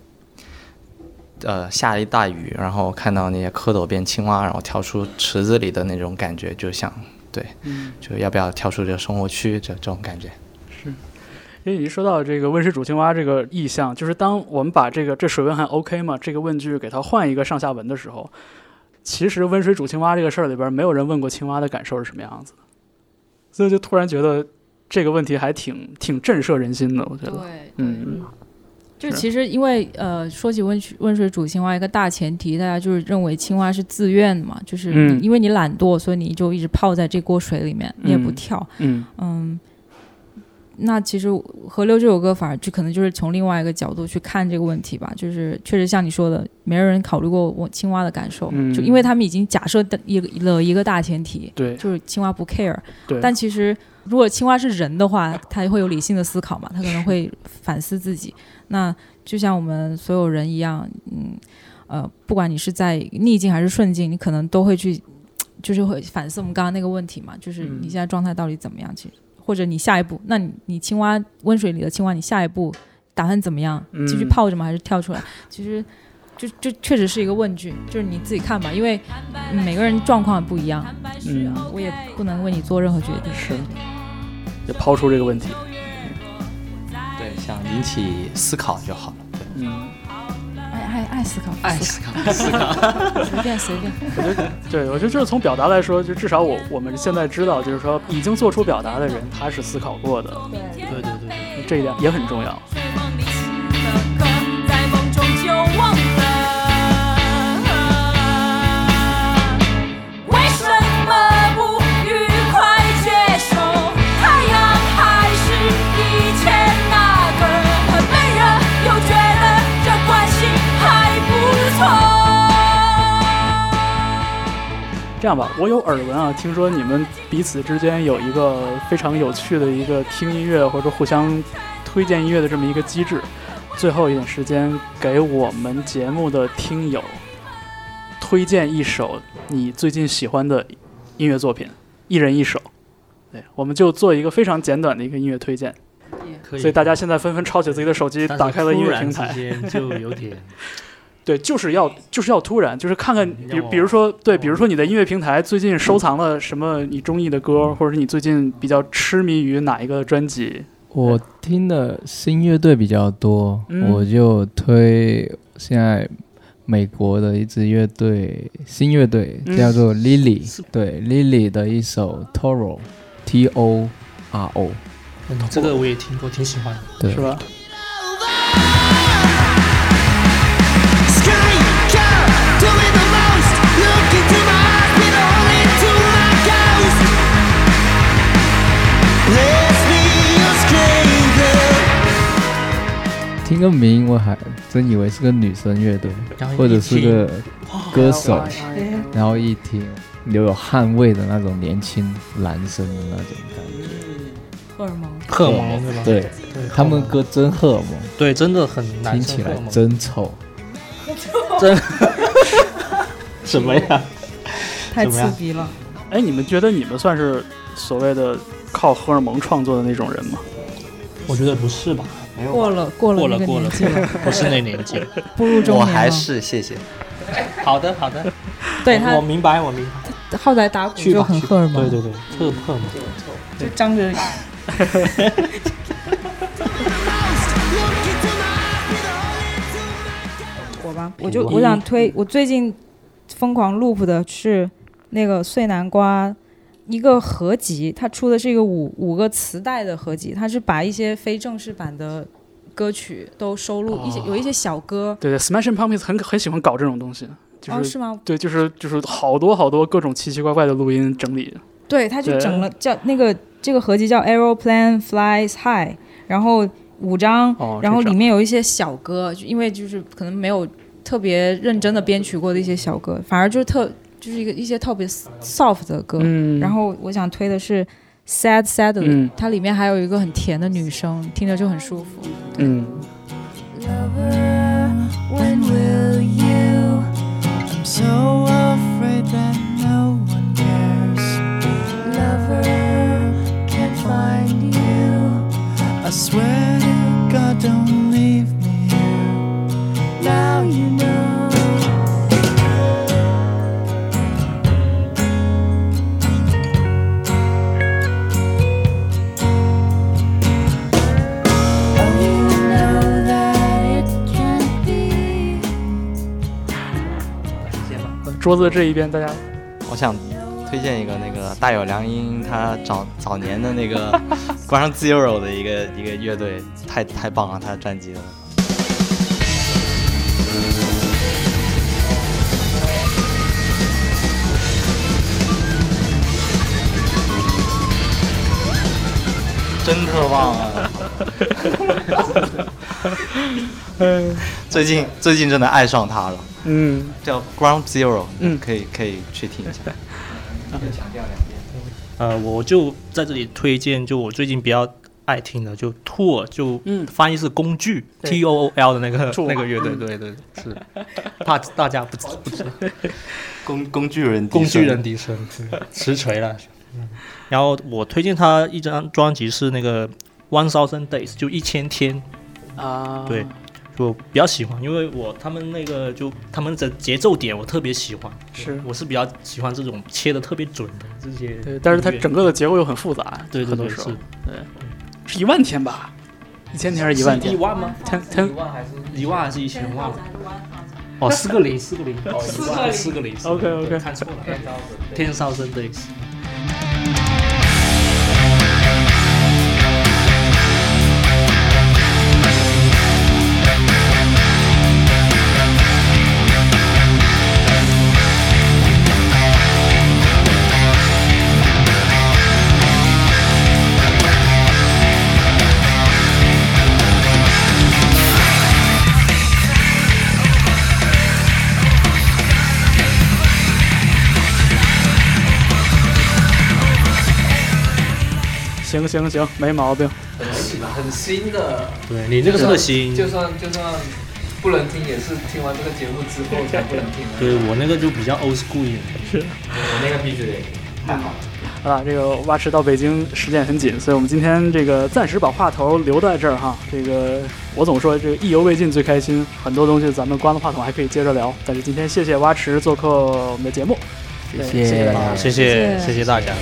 呃，下了一大雨，然后看到那些蝌蚪变青蛙，然后跳出池子里的那种感觉，就想，对，嗯，就要不要跳出这个生活区，这这种感觉。因为你说到这个温室煮青蛙这个意象，就是当我们把这个这水温还 OK 吗？这个问句给它换一个上下文的时候，其实温水煮青蛙这个事儿里边，没有人问过青蛙的感受是什么样子的，所以就突然觉得这个问题还挺挺震慑人心的，我觉对得，，嗯嗯，就是其实因为呃，说起温水温水煮青蛙，一个大前提，大家就是认为青蛙是自愿嘛，就是你、嗯因为你懒惰，所以你就一直泡在这锅水里面，你也不嗯跳，嗯嗯。那其实《河流》这首歌反而就可能就是从另外一个角度去看这个问题吧，就是确实像你说的，没有人考虑过我青蛙的感受，嗯就因为他们已经假设的一个了一个大前提，对就是青蛙不 care，对，但其实，如果青蛙是人的话，它会有理性的思考嘛，它可能会反思自己。那就像我们所有人一样，嗯，呃，不管你是在逆境还是顺境，你可能都会去，就是会反思我们刚刚那个问题嘛，就是嗯你现在状态到底怎么样？其实，或者你下一步，那你你青蛙温水里的青蛙，你下一步打算怎么样？继续嗯泡着吗？还是跳出来？其实。就就确实是一个问句，就是你自己看吧，因为嗯每个人状况不一样，嗯我也不能为你做任何决定。是也抛出这个问题，对，想引起思考就好了。对，嗯，爱爱爱思考，爱思思考。考， 随便随便。对我觉得就是从表达来说，就至少我我们现在知道，就是说已经做出表达的人，他是思考过的，对对对。这一点也很重要。睡梦里醒了歌，在梦中就忘了。为什么不愉快接受？太阳还是以前那个，很闷热，又觉得这关系还不错。这样吧，我有耳闻啊，听说你们彼此之间有一个非常有趣的一个听音乐或者互相推荐音乐的这么一个机制。最后一点时间，给我们节目的听友推荐一首你最近喜欢的音乐作品，一人一首。对，我们就做一个非常简短的一个音乐推荐。可以所以大家现在纷纷抄起自己的手机，打开了音乐平台。间就有 点对，就是要就是要突然，就是看看，嗯比要比如说，对，要比如说你的音乐平台最近嗯收藏了什么你中意的歌，或者是你最近比较痴迷于哪一个专辑？我听的新乐队比较多，嗯我就推现在美国的一支乐队，新乐队嗯叫做 Lily，、对 Lily 的一首 Toro，T O R O，这嗯个我也听过，挺喜欢的。对是吧？ Sky girl, doing the most. Look into my eyes, be the only to my ghost. Let's be your screen girl. 听个名我还真以为是个女生乐队，然后或者一是听个歌手，然后一听留有汗味的那种年轻男生的那种感觉，荷尔蒙，荷尔蒙对吧？对对，他们荷尔蒙歌真荷尔蒙，对真的很难听受起来荷尔蒙真丑，真什么呀？太怎么刺样激了。哎，你们觉得你们算是所谓的靠荷尔蒙创作的那种人吗？我觉得不是吧？没有吧过了过了过那了个过年了纪了，， 不是那年纪了。步入中啊我年了。还是谢谢。好的好的，对我我哎他明白我明白。后来打鼓去就吧很去吧荷尔蒙对，对对，特特嘛。就张着 我吧，我就我我想推，我最近疯狂 loop 的是那个碎南瓜一个合集，它出的是一个五五个磁带的合集，它是把一些非正式版的歌曲都收录，哦一些有一些小歌，对对，Smashing Pumpkins 很很喜欢搞这种东西，就哦是、是吗？对，就是就是好多好多各种奇奇怪怪的录音整理。对，他就对整了叫那个这个合集叫 Aeroplane Flies High，然后五张，哦，然后里面面有一些小歌，就因为就是可能没有特别认真的编曲过的一些小歌，反而就是特就是一个一些特别 soft 的歌。嗯，然后我想推的是 Sad Sadly，、嗯它里面还有一个很甜的女生，听着就很舒服。嗯， Lover, when will you? I'm so afraid that no one cares. Lover, can't find you. I swear to God, don't leave me here. Now you know. Oh, you know that it can't be. 桌子这一边大家我想推荐一个那个大有良音，他早早年的那个 Ground Zero 的一个一个乐队，太太棒了，他的专辑了。真特棒啊！最近最近真的爱上他了，嗯，叫 Ground Zero，嗯可以可以去听一下。强调两遍。呃，我就在这里推荐，就我最近比较爱听的，就 Tool，就嗯翻译是工具、对 T O O L 的那个 Tool 那个乐队，对对对， 是大大家不知不知工工具人，哦 工具人笛声，嗯对实锤了。然后我推荐他一张专辑是那个 One Thousand Days，就一千天，啊，对，就比较喜欢，因为我他们那个就他们的节奏点我特别喜欢，是我是比较喜欢这种切的特别准的这些音乐。对，但是它整个的结构又很复杂，对对很多时对是候是一万天吧，一千天还是一万一天？万吗？天天万还是一万还是一千万？哦，四个零，四 个零，四个零，四个零。 OK，OK 对看错了。天少生对。行行行，没毛病。很新很新的，对你这个特新，就算就算不能听，也是听完这个节目之后才不能听的。对我那个就比较 old school 一点。我那个必须得好啊了，这个蛙池到北京时间也很紧，所以我们今天这个暂时把话头留在这儿哈。这个我总说这个意犹未尽最开心，很多东西咱们关了话筒还可以接着聊。但是今天谢谢蛙池做客我们的节目，对谢谢谢大家谢谢谢谢大家。